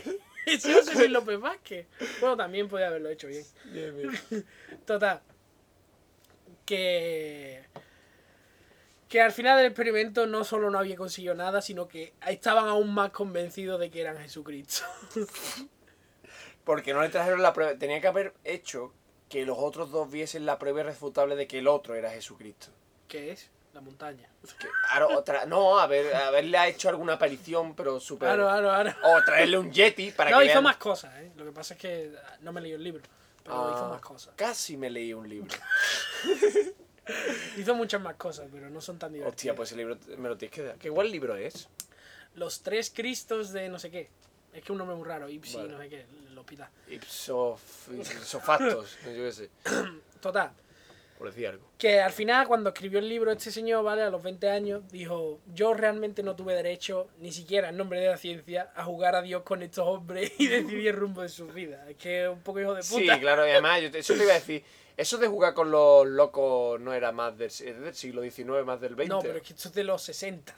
Speaker 2: es Luis López Vázquez. Bueno, también podía haberlo hecho bien.
Speaker 1: Bien, bien.
Speaker 2: Total. Que. Que al final del experimento no solo no había conseguido nada, sino que estaban aún más convencidos de que eran Jesucristo.
Speaker 1: Porque no le trajeron la prueba. Tenía que haber hecho que los otros dos viesen la prueba irrefutable de que el otro era Jesucristo.
Speaker 2: ¿Qué es? La montaña.
Speaker 1: Que, ahora, otra, no, haber, haberle ha hecho alguna aparición, pero súper.
Speaker 2: Claro, claro, claro.
Speaker 1: O traerle un Yeti para
Speaker 2: No,
Speaker 1: que.
Speaker 2: hizo
Speaker 1: vean-
Speaker 2: más cosas, ¿eh? Lo que pasa es que ah, no me leí el libro, pero
Speaker 1: Ah,
Speaker 2: hizo más cosas.
Speaker 1: Casi me leí un libro.
Speaker 2: Hizo muchas más cosas, pero no son tan divertidas.
Speaker 1: Hostia, pues el libro me lo tienes que dar. ¿Qué igual libro es?
Speaker 2: Los tres Cristos de no sé qué. Es que un nombre muy raro, Ipsi,
Speaker 1: Vale.
Speaker 2: no sé qué, el hospital.
Speaker 1: Ipsof- Ipsofactos, yo qué sé.
Speaker 2: Total,
Speaker 1: Por decir algo.
Speaker 2: que al final cuando escribió el libro este señor, ¿vale? A los 20 años, dijo, yo realmente no tuve derecho, ni siquiera en nombre de la ciencia, a jugar a Dios con estos hombres y decidir el rumbo de sus vidas. Es que es un poco hijo de
Speaker 1: Sí,
Speaker 2: puta.
Speaker 1: claro, y además, yo te- eso te iba a decir. Eso de jugar con los locos no era más del, es del siglo XIX, más del XX.
Speaker 2: no, pero es que esto es de los 60.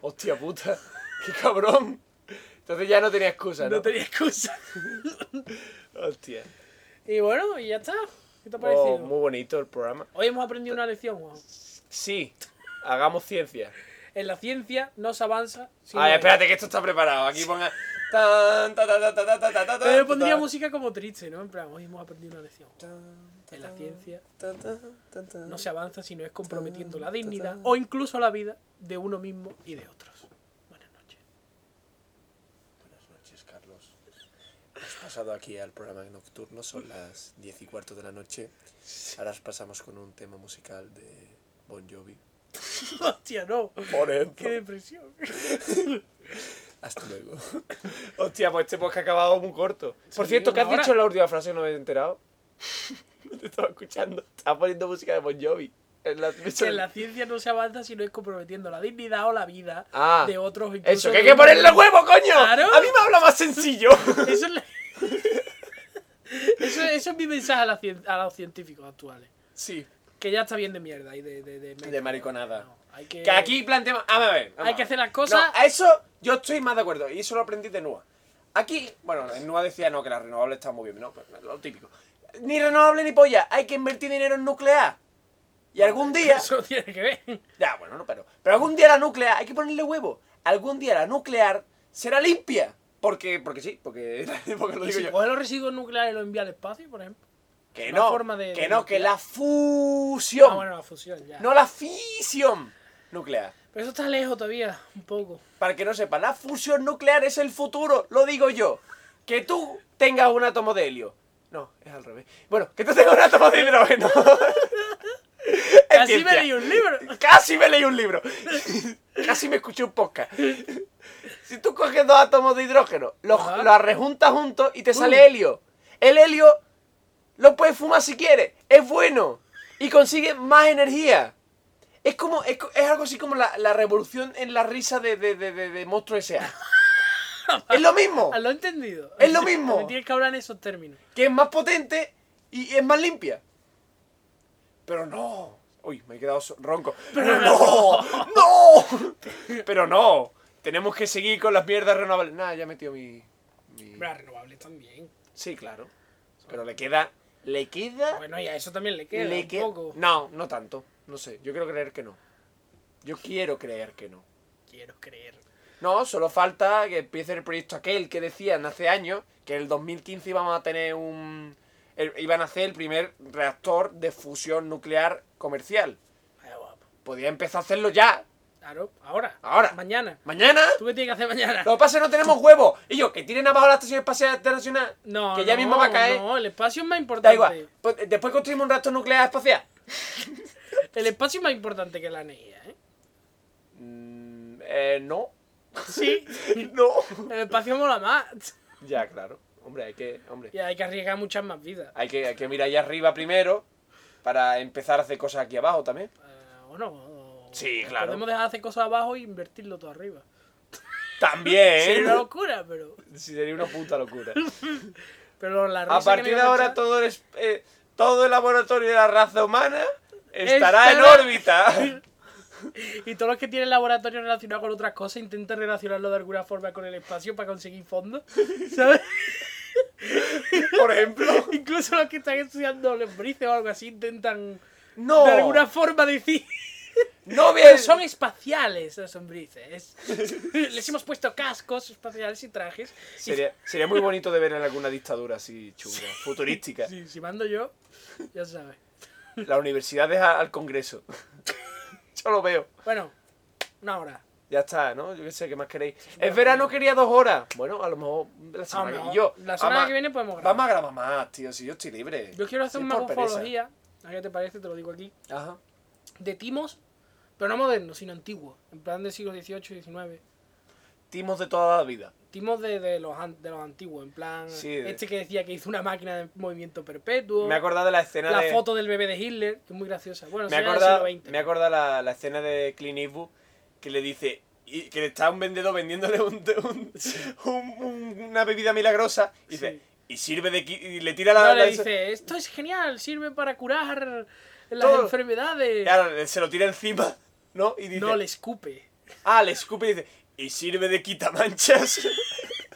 Speaker 1: Hostia puta, qué cabrón. Entonces ya no tenía excusa, ¿no?
Speaker 2: No tenía excusa.
Speaker 1: Hostia.
Speaker 2: Y bueno, y ya está. ¿Qué te ha parecido?
Speaker 1: Oh, muy bonito el programa.
Speaker 2: Hoy hemos aprendido una lección, Juan.
Speaker 1: Sí, hagamos ciencia.
Speaker 2: En la ciencia no se avanza. sin
Speaker 1: Ay, espérate que esto está preparado. Aquí ponga. Tan, ta, ta, ta, ta, ta, ta, ta, ta,
Speaker 2: Pero yo
Speaker 1: ta,
Speaker 2: pondría
Speaker 1: ta.
Speaker 2: música como triste, ¿no? En plan, hoy hemos aprendido una lección. En la ciencia
Speaker 1: Tan, tan, tan, tan.
Speaker 2: no se avanza si no es comprometiendo la dignidad o incluso la vida de uno mismo y de otros. Buenas noches.
Speaker 1: Buenas noches, Carlos. Has pasado aquí al programa nocturno, son las 10 y cuarto de la noche. Ahora os pasamos con un tema musical de Bon Jovi.
Speaker 2: Hostia, no.
Speaker 1: Por
Speaker 2: Qué depresión.
Speaker 1: Hasta luego. Hostia, pues este podcast ha acabado muy corto. Por
Speaker 2: Sí,
Speaker 1: cierto, ¿qué has
Speaker 2: una hora.
Speaker 1: dicho en la última frase? No me he enterado. No te estaba escuchando. Estaba poniendo música de Bon Jovi. En la mesa.
Speaker 2: En la ciencia no se avanza si no es comprometiendo la dignidad o la vida
Speaker 1: Ah,
Speaker 2: de otros. o incluso
Speaker 1: Eso, que
Speaker 2: de
Speaker 1: hay que
Speaker 2: uno
Speaker 1: ponerle
Speaker 2: mismo.
Speaker 1: huevo, coño.
Speaker 2: Claro.
Speaker 1: A mí me habla más sencillo.
Speaker 2: Eso es, la- eso, eso es mi mensaje a, la cien- a los científicos actuales.
Speaker 1: sí.
Speaker 2: Que ya está bien de mierda y de... De, de,
Speaker 1: De mariconada.
Speaker 2: No, hay que,
Speaker 1: Que aquí planteamos. Vamos a ver. vamos
Speaker 2: Eh, Hay
Speaker 1: a
Speaker 2: que
Speaker 1: ver.
Speaker 2: hacer las cosas...
Speaker 1: No, a eso yo estoy más de acuerdo. Y eso lo aprendí de NUA. Aquí, bueno, en NUA decía no, que las renovables están muy bien. No, pero lo típico. Ni renovable ni polla. Hay que invertir dinero en nuclear. Y algún día.
Speaker 2: Eso no tiene que ver.
Speaker 1: Ya, bueno, no, pero. Pero algún día la nuclear, hay que ponerle huevo. Algún día la nuclear será limpia. Porque, porque sí, porque, porque lo
Speaker 2: ¿Y
Speaker 1: digo
Speaker 2: si
Speaker 1: yo.
Speaker 2: coge los residuos nucleares y los envía al espacio, por ejemplo?
Speaker 1: Que
Speaker 2: una
Speaker 1: no,
Speaker 2: forma de-
Speaker 1: que
Speaker 2: de
Speaker 1: no, que
Speaker 2: nuclear.
Speaker 1: la fusión.
Speaker 2: Ah, bueno, la fusión, ya.
Speaker 1: No la fisión nuclear.
Speaker 2: Pero eso está lejos todavía, un poco.
Speaker 1: Para que no sepa, la fusión nuclear es el futuro, lo digo yo. Que tú tengas un átomo de helio. No, es al revés. Bueno, que tú tengas un átomo de hidrógeno.
Speaker 2: Así me
Speaker 1: ciencia.
Speaker 2: leí un libro.
Speaker 1: Casi me leí un libro. Casi me escuché un podcast. Si tú coges dos átomos de hidrógeno, los,
Speaker 2: Ajá.
Speaker 1: los rejuntas juntos y te
Speaker 2: Uh.
Speaker 1: sale helio. El helio lo puedes fumar si quieres. Es bueno. Y consigue más energía. Es como es, co- es algo así como la, la revolución en la risa de, de, de, de- de Monstruo S.A. es lo mismo.
Speaker 2: Ah, Lo he entendido.
Speaker 1: Es lo mismo.
Speaker 2: Me tienes que hablar en esos términos.
Speaker 1: Que es más potente y es más limpia. Pero no. Uy, me he quedado so- ronco. Pero no. No. Pero no. Tenemos que seguir con las mierdas renovables. Nada, ya he metido mi... mi-
Speaker 2: Las renovables también.
Speaker 1: Sí, claro. Pero le queda... ¿Le queda?
Speaker 2: Bueno, y a eso también le queda
Speaker 1: le
Speaker 2: un
Speaker 1: que-
Speaker 2: poco.
Speaker 1: No, no tanto. No sé. Yo quiero creer que no. Yo quiero creer que no.
Speaker 2: Quiero creer.
Speaker 1: No, solo falta que empiece el proyecto aquel que decían hace años que en el 2015 íbamos a tener un. el- iban a hacer el primer reactor de fusión nuclear comercial.
Speaker 2: Vaya guapo.
Speaker 1: Podía empezar a hacerlo ya,
Speaker 2: Claro, ahora.
Speaker 1: Ahora.
Speaker 2: Mañana.
Speaker 1: mañana.
Speaker 2: ¿Tú qué tienes que hacer mañana?
Speaker 1: Lo que pasa es que no tenemos huevos. Y yo, que tiren abajo la Estación Espacial Internacional,
Speaker 2: No,
Speaker 1: que ya
Speaker 2: no,
Speaker 1: mismo va a caer.
Speaker 2: No, el espacio es más importante.
Speaker 1: da igual. Pues, eh, Después construimos un reactor nuclear espacial.
Speaker 2: El espacio es más importante que la energía, ¿eh?
Speaker 1: Mm, eh, no.
Speaker 2: Sí.
Speaker 1: No.
Speaker 2: El espacio mola más.
Speaker 1: ya, claro. Hombre, hay que. Hombre.
Speaker 2: Y hay que arriesgar muchas más vidas.
Speaker 1: Hay que, hay que mirar allá arriba primero para empezar a hacer cosas aquí abajo también.
Speaker 2: Eh, o no. o-
Speaker 1: Sí, claro.
Speaker 2: Podemos dejar de hacer cosas abajo e invertirlo todo arriba.
Speaker 1: También.
Speaker 2: Sería una locura, pero.
Speaker 1: Sí, sería una puta locura.
Speaker 2: Pero la risa
Speaker 1: A
Speaker 2: que me
Speaker 1: partir
Speaker 2: iba
Speaker 1: de ahora
Speaker 2: echar-
Speaker 1: todo el, es- eh, todo el laboratorio de la raza humana estará en
Speaker 2: Estará-
Speaker 1: órbita.
Speaker 2: Y todos los que tienen laboratorios relacionados con otras cosas intentan relacionarlo de alguna forma con el espacio para conseguir fondos. ¿Sabes?
Speaker 1: Por ejemplo.
Speaker 2: Incluso los que están estudiando lombrices o algo así intentan
Speaker 1: No.
Speaker 2: de alguna forma decir.
Speaker 1: No
Speaker 2: Pero
Speaker 1: bien.
Speaker 2: son espaciales las lombrices. Les hemos puesto cascos espaciales y trajes. Y-
Speaker 1: Sería, sería muy bonito de ver en alguna dictadura así chunga, futurística.
Speaker 2: si, si mando yo, ya sabes.
Speaker 1: Las universidades a- al Congreso. Yo lo veo.
Speaker 2: Bueno, una hora.
Speaker 1: Ya está, ¿no? Yo qué sé, ¿qué más queréis? Es verano, quería dos horas. Bueno, a lo mejor la
Speaker 2: A lo
Speaker 1: semana, que-
Speaker 2: mejor
Speaker 1: yo,
Speaker 2: Ah, la semana
Speaker 1: ama-
Speaker 2: que viene podemos grabar.
Speaker 1: Vamos a grabar más, tío, si yo estoy libre.
Speaker 2: Yo quiero hacer
Speaker 1: Sí,
Speaker 2: una
Speaker 1: por pereza.
Speaker 2: ufología, a qué te parece, te lo digo aquí,
Speaker 1: Ajá.
Speaker 2: de timos, pero no modernos, sino antiguos, en plan del siglo XVIII y XIX.
Speaker 1: Timos de toda la vida.
Speaker 2: Timos de, de los, an- de los antiguos, en plan
Speaker 1: Sí, de-
Speaker 2: este que decía que hizo una máquina de movimiento perpetuo,
Speaker 1: Me he acordado de la escena
Speaker 2: la
Speaker 1: de...
Speaker 2: foto del bebé de Hitler, que es muy graciosa. Bueno,
Speaker 1: me
Speaker 2: será del
Speaker 1: acorda,
Speaker 2: siglo XX.
Speaker 1: me acorda la, la escena de Clint Eastwood que le dice y que le está un vendedor vendiéndole un, un- un- un- una bebida milagrosa y dice y sirve de qui- y le tira la,
Speaker 2: No, le
Speaker 1: la-
Speaker 2: dice, esto es genial, sirve para curar las
Speaker 1: Todo.
Speaker 2: enfermedades.
Speaker 1: y ahora se lo tira encima no y dice
Speaker 2: No, le escupe.
Speaker 1: ah le escupe y dice y sirve de quitamanchas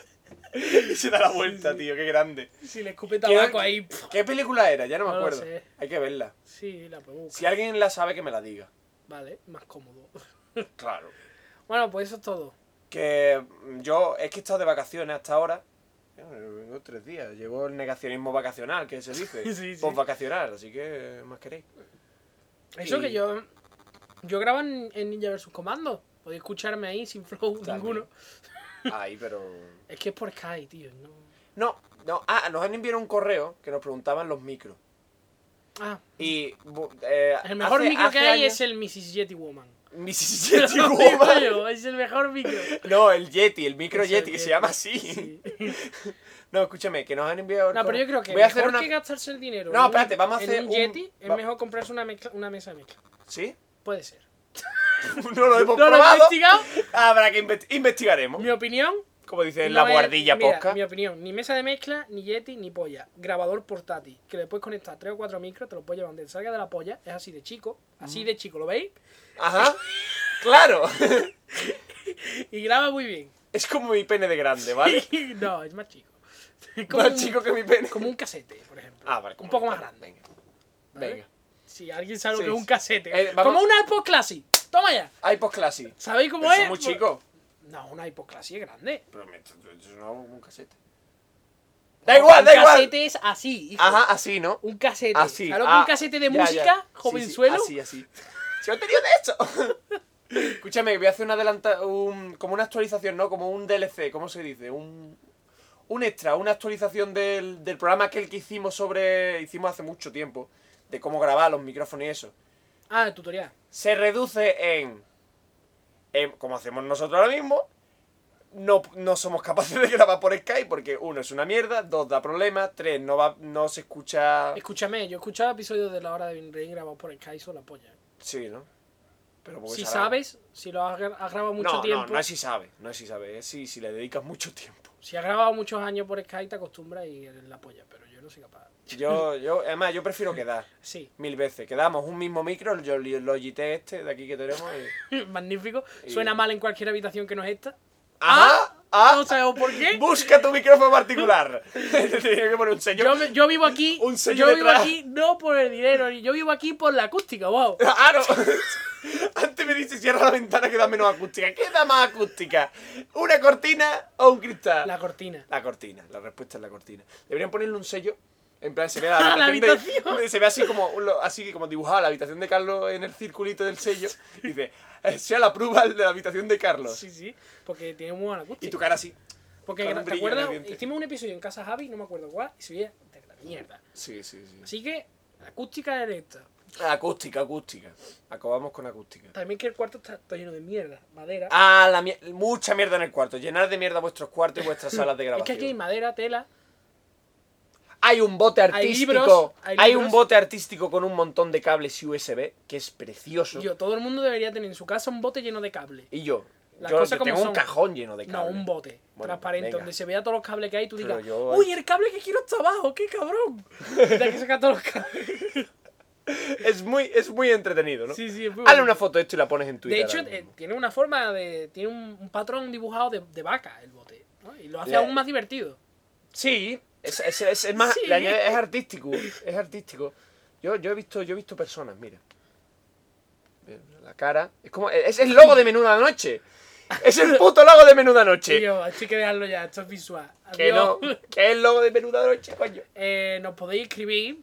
Speaker 1: y se da la vuelta tío qué grande
Speaker 2: Si le escupe
Speaker 1: ¿Qué-
Speaker 2: tabaco ahí... pff,
Speaker 1: qué película era ya no me
Speaker 2: No lo
Speaker 1: acuerdo
Speaker 2: sé.
Speaker 1: hay que verla
Speaker 2: Sí, la puedo buscar.
Speaker 1: si alguien la sabe que me la diga
Speaker 2: Vale, más cómodo.
Speaker 1: claro
Speaker 2: Bueno, pues eso es todo.
Speaker 1: Que yo es que he estado de vacaciones hasta ahora. Bueno, Vengo tres días. Llevo el negacionismo vacacional, que se dice.
Speaker 2: Sí, sí.
Speaker 1: Postvacacional, así que más queréis.
Speaker 2: Eso
Speaker 1: Y-
Speaker 2: que yo. Yo grabo en, en Ninja vs. Comando. Podéis escucharme ahí sin flow
Speaker 1: También.
Speaker 2: ninguno.
Speaker 1: Ay, pero.
Speaker 2: Es que es por Sky, tío. No.
Speaker 1: No, no. Ah, nos han enviado un correo que nos preguntaban los micros.
Speaker 2: Ah,
Speaker 1: Y. bu- eh,
Speaker 2: el mejor
Speaker 1: hace-
Speaker 2: micro que
Speaker 1: hace
Speaker 2: hay
Speaker 1: años-
Speaker 2: es el Mississippi Woman.
Speaker 1: Mississippi
Speaker 2: Lo digo
Speaker 1: Woman.
Speaker 2: yo, es el mejor micro.
Speaker 1: No, el Yeti, el micro
Speaker 2: Es el
Speaker 1: Yeti, que se
Speaker 2: Yeti,
Speaker 1: llama así.
Speaker 2: sí.
Speaker 1: No, escúchame, que nos han enviado. el
Speaker 2: No, pero
Speaker 1: correo.
Speaker 2: yo creo que
Speaker 1: Voy a hacer
Speaker 2: mejor
Speaker 1: una.
Speaker 2: que gastarse el dinero.
Speaker 1: No,
Speaker 2: en un-
Speaker 1: espérate, vamos a
Speaker 2: en
Speaker 1: hacer
Speaker 2: un
Speaker 1: un-
Speaker 2: Yeti es
Speaker 1: va-
Speaker 2: mejor comprarse una, mezcla- una mesa mezcla.
Speaker 1: ¿Sí?
Speaker 2: Puede ser.
Speaker 1: No lo hemos
Speaker 2: No lo
Speaker 1: Pues
Speaker 2: he
Speaker 1: probado.
Speaker 2: investigado.
Speaker 1: Habrá que investi- investigaremos.
Speaker 2: Mi opinión.
Speaker 1: Como dice
Speaker 2: no
Speaker 1: la
Speaker 2: es-
Speaker 1: guardilla
Speaker 2: mira,
Speaker 1: posca.
Speaker 2: Mi opinión, ni mesa de mezcla, ni Yeti, ni polla. Grabador portátil, que le puedes conectar tres o cuatro micros, te lo puedes llevar donde te salga de la polla. Es así de chico, así
Speaker 1: Mm.
Speaker 2: de chico, ¿lo veis?
Speaker 1: Ajá. Claro.
Speaker 2: Y graba muy bien.
Speaker 1: Es como mi pene de grande, ¿vale?
Speaker 2: no, es más chico. Es
Speaker 1: Más
Speaker 2: un-
Speaker 1: chico que mi pene.
Speaker 2: Como un casete, por ejemplo.
Speaker 1: Ah, vale.
Speaker 2: un
Speaker 1: como
Speaker 2: poco
Speaker 1: mi
Speaker 2: más
Speaker 1: pene.
Speaker 2: grande. ¿vale?
Speaker 1: Venga. Venga.
Speaker 2: Si alguien sabe lo
Speaker 1: Sí,
Speaker 2: que es un
Speaker 1: sí.
Speaker 2: casete.
Speaker 1: Eh, vamos-
Speaker 2: Como un iPod Classic. Toma ya.
Speaker 1: Hay postclasi.
Speaker 2: ¿Sabéis cómo
Speaker 1: Pero
Speaker 2: es?
Speaker 1: son muy chico.
Speaker 2: No, un iPod Classic es grande.
Speaker 1: Pero me yo no hago como un casete. Da igual, da
Speaker 2: un
Speaker 1: igual.
Speaker 2: casete es así, hijo.
Speaker 1: Ajá, así, ¿no?
Speaker 2: Un casete.
Speaker 1: Así.
Speaker 2: ¿Sabes lo que
Speaker 1: ah,
Speaker 2: un casete de
Speaker 1: ya, ya.
Speaker 2: música,
Speaker 1: Sí, sí,
Speaker 2: jovenzuelo?
Speaker 1: Así, así. Yo he tenido de hecho. Escúchame, que voy a hacer una adelanta, un, como una actualización, ¿no? Como un DLC, ¿cómo se dice? Un, un extra, una actualización del, del programa aquel que hicimos sobre. Hicimos hace mucho tiempo, de cómo grabar los micrófonos y eso.
Speaker 2: Ah, el tutorial.
Speaker 1: se reduce en, en, como hacemos nosotros ahora mismo, no, no somos capaces de grabar por Skype porque uno es una mierda, dos da problemas, tres no va, no se escucha.
Speaker 2: Escúchame, yo he escuchado episodios de la hora de Vin Rain grabados por Sky son la polla.
Speaker 1: Sí, ¿no? Pero porque
Speaker 2: Si
Speaker 1: se graba.
Speaker 2: sabes, si lo has, gra- has grabado mucho
Speaker 1: no,
Speaker 2: tiempo,
Speaker 1: No, no es si sabe, no es si sabe, es si, si le dedicas mucho tiempo.
Speaker 2: si has grabado muchos años por Sky te acostumbras y eres la polla, pero yo no soy capaz.
Speaker 1: Yo, yo, además, yo prefiero quedar
Speaker 2: Sí,
Speaker 1: mil veces. Quedamos un mismo micro, yo el Logitech este de aquí que tenemos. y-
Speaker 2: magnífico. Suena mal en cualquier habitación que no es esta.
Speaker 1: ¡Ajá! ¡Ah!
Speaker 2: No sabemos por qué.
Speaker 1: ¡Busca tu micrófono particular! Te tenía que poner un sello.
Speaker 2: Yo, me- yo vivo aquí.
Speaker 1: Un sello
Speaker 2: yo vivo
Speaker 1: detrás.
Speaker 2: aquí no por el dinero, yo vivo aquí por la acústica, wow.
Speaker 1: ¡Ah, no! Antes me dice cierra la ventana que da menos acústica. ¿Qué da más acústica? ¿Una cortina o un cristal?
Speaker 2: La cortina.
Speaker 1: La cortina, la respuesta es la cortina. Deberían ponerle un sello. En plan, se ve la
Speaker 2: Ah, la
Speaker 1: habitación. de- se ve así como, un lo- así como dibujada la habitación de Carlos en el circulito del sello. Y dice, "Eh, sea la prueba de la habitación de Carlos.
Speaker 2: Sí, sí, porque tiene muy buena acústica.
Speaker 1: Y tu cara así.
Speaker 2: Porque
Speaker 1: Con un
Speaker 2: ¿te
Speaker 1: brillo en
Speaker 2: acuerdas?
Speaker 1: el diente.
Speaker 2: Hicimos un episodio en casa Javi, no me acuerdo cuál, y se veía de la mierda.
Speaker 1: Sí, sí, sí.
Speaker 2: Así que, acústica directa.
Speaker 1: Acústica, acústica. Acabamos con acústica.
Speaker 2: También que el cuarto está, está lleno de mierda, madera.
Speaker 1: Ah, la mier- mucha mierda en el cuarto. Llenar de mierda vuestros cuartos y vuestras salas de
Speaker 2: es que
Speaker 1: grabación.
Speaker 2: aquí hay madera, tela.
Speaker 1: Hay un bote
Speaker 2: Hay
Speaker 1: artístico.
Speaker 2: libros, hay
Speaker 1: hay
Speaker 2: libros.
Speaker 1: un bote artístico con un montón de cables USB que es precioso.
Speaker 2: Y yo, todo el mundo debería tener en su casa un bote lleno de cable.
Speaker 1: Y yo,
Speaker 2: Las
Speaker 1: yo, yo
Speaker 2: cosas como
Speaker 1: tengo un
Speaker 2: son.
Speaker 1: cajón lleno de cables.
Speaker 2: No, un bote
Speaker 1: Bueno,
Speaker 2: transparente
Speaker 1: venga.
Speaker 2: donde se vea todos los cables que hay y tú
Speaker 1: Pero
Speaker 2: digas,
Speaker 1: yo-
Speaker 2: uy, el cable que quiero está abajo, qué cabrón. Tienes que sacar todos los cables.
Speaker 1: Es muy, es muy entretenido, ¿no?
Speaker 2: Sí, sí, es muy
Speaker 1: Hazle
Speaker 2: bonito.
Speaker 1: una foto de esto y la pones en Twitter.
Speaker 2: De hecho,
Speaker 1: ahora
Speaker 2: eh,
Speaker 1: mismo.
Speaker 2: tiene una forma de. Tiene un, un patrón dibujado de, de vaca el bote. ¿no? Y lo hace
Speaker 1: Le-
Speaker 2: aún más divertido.
Speaker 1: sí, es, es- es- es más,
Speaker 2: Sí.
Speaker 1: le añade- es artístico, es artístico. Yo, yo he visto, yo he visto personas, mira. Mira, La cara, es como, es el logo de Menuda Noche. Es el puto logo de Menuda Noche.
Speaker 2: Tío, hay que dejarlo ya, esto es visual.
Speaker 1: Que no,
Speaker 2: Adiós.
Speaker 1: que es el logo de Menuda Noche, coño.
Speaker 2: Eh, nos podéis escribir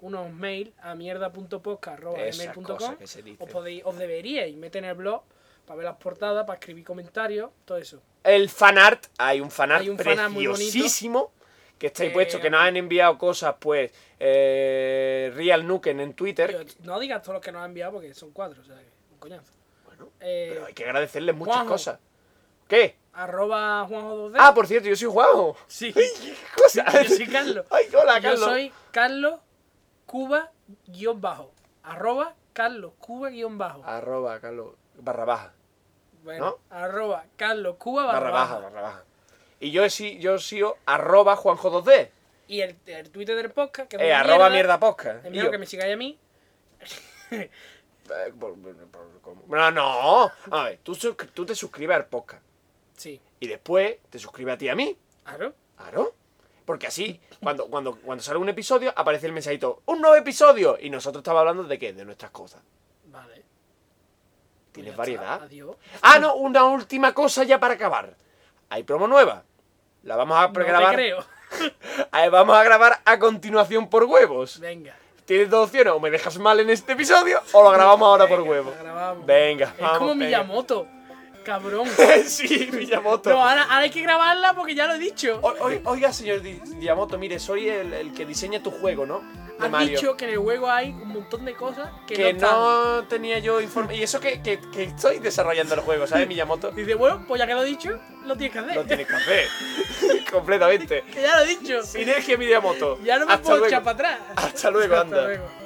Speaker 2: unos mail a
Speaker 1: Esas
Speaker 2: mierda.podcast.com
Speaker 1: cosas que se dicen.
Speaker 2: os, podéis- os deberíais meter en el blog para ver las portadas, para escribir comentarios, todo eso.
Speaker 1: El fanart, hay un fanart
Speaker 2: Hay un fanart muy bonito.
Speaker 1: preciosísimo que está ahí
Speaker 2: Eh,
Speaker 1: puesto, que nos han enviado cosas, pues, eh, Real Nuken en Twitter.
Speaker 2: Tío, no digas todos los que nos han enviado porque son cuatro, o sea, que un coñazo.
Speaker 1: Bueno,
Speaker 2: Eh,
Speaker 1: pero hay que agradecerles muchas
Speaker 2: Juanjo. ¿Eh?
Speaker 1: cosas. ¿Qué?
Speaker 2: Arroba Juanjo2D.
Speaker 1: Ah, por cierto, yo soy Juanjo.
Speaker 2: sí.
Speaker 1: ¡Ay, qué cosa!
Speaker 2: Yo soy Carlos.
Speaker 1: ¡Ay, hola,
Speaker 2: Yo
Speaker 1: Carlos!
Speaker 2: soy Carlos Cuba guión bajo. Arroba Carlos Cuba guión bajo.
Speaker 1: Arroba, Carlos, barra baja.
Speaker 2: bueno, arroba Carlos Cuba barra,
Speaker 1: Barra
Speaker 2: baja.
Speaker 1: baja, barra baja. Y yo he si- yo he sido arroba Juanjo2D.
Speaker 2: Y el, el Twitter del podcast, que es
Speaker 1: Eh,
Speaker 2: una
Speaker 1: arroba mierda posca.
Speaker 2: Es
Speaker 1: Y
Speaker 2: mejor
Speaker 1: yo,
Speaker 2: que me sigáis a mí.
Speaker 1: eh, por- por- por- ¿cómo? No, no. A ver, tú, suscri- tú te suscribes al podcast.
Speaker 2: Sí.
Speaker 1: Y después te suscribes a ti y a mí.
Speaker 2: Claro.
Speaker 1: Claro. Porque así, cuando, cuando, cuando sale un episodio, aparece el mensajito, ¡un nuevo episodio! Y nosotros estamos hablando de qué? De nuestras cosas.
Speaker 2: Vale. Pues ya
Speaker 1: Tienes
Speaker 2: está.
Speaker 1: variedad.
Speaker 2: Adiós.
Speaker 1: Ah, no, una última cosa ya para acabar. Hay promo nueva. La vamos a
Speaker 2: No te
Speaker 1: grabar.
Speaker 2: creo.
Speaker 1: Eh, Vamos a grabar a continuación por huevos.
Speaker 2: Venga.
Speaker 1: Tienes dos opciones, o me dejas mal en este episodio, o lo grabamos ahora por
Speaker 2: Venga,
Speaker 1: huevos.
Speaker 2: la grabamos.
Speaker 1: Venga,
Speaker 2: Es
Speaker 1: vamos,
Speaker 2: como
Speaker 1: venga.
Speaker 2: Miyamoto. Cabrón.
Speaker 1: sí, Miyamoto.
Speaker 2: No, ahora, ahora hay que grabarla porque ya lo he dicho.
Speaker 1: O- o- oiga, señor Di- Miyamoto, mire, soy el, el que diseña tu juego, ¿no? De
Speaker 2: Has
Speaker 1: Mario.
Speaker 2: dicho que en el juego hay un montón de cosas que,
Speaker 1: que
Speaker 2: no están.
Speaker 1: no, tenía yo informe. Y eso que, que- que estoy desarrollando el juego, ¿sabes, Miyamoto?
Speaker 2: Dice, bueno, pues ya que lo he dicho, lo tienes que hacer.
Speaker 1: Lo tienes que hacer. Completamente.
Speaker 2: Que ya lo he dicho.
Speaker 1: Sinergia Miyamoto.
Speaker 2: Ya no me
Speaker 1: Hasta
Speaker 2: puedo
Speaker 1: luego.
Speaker 2: echar para atrás.
Speaker 1: Hasta luego, anda.
Speaker 2: luego.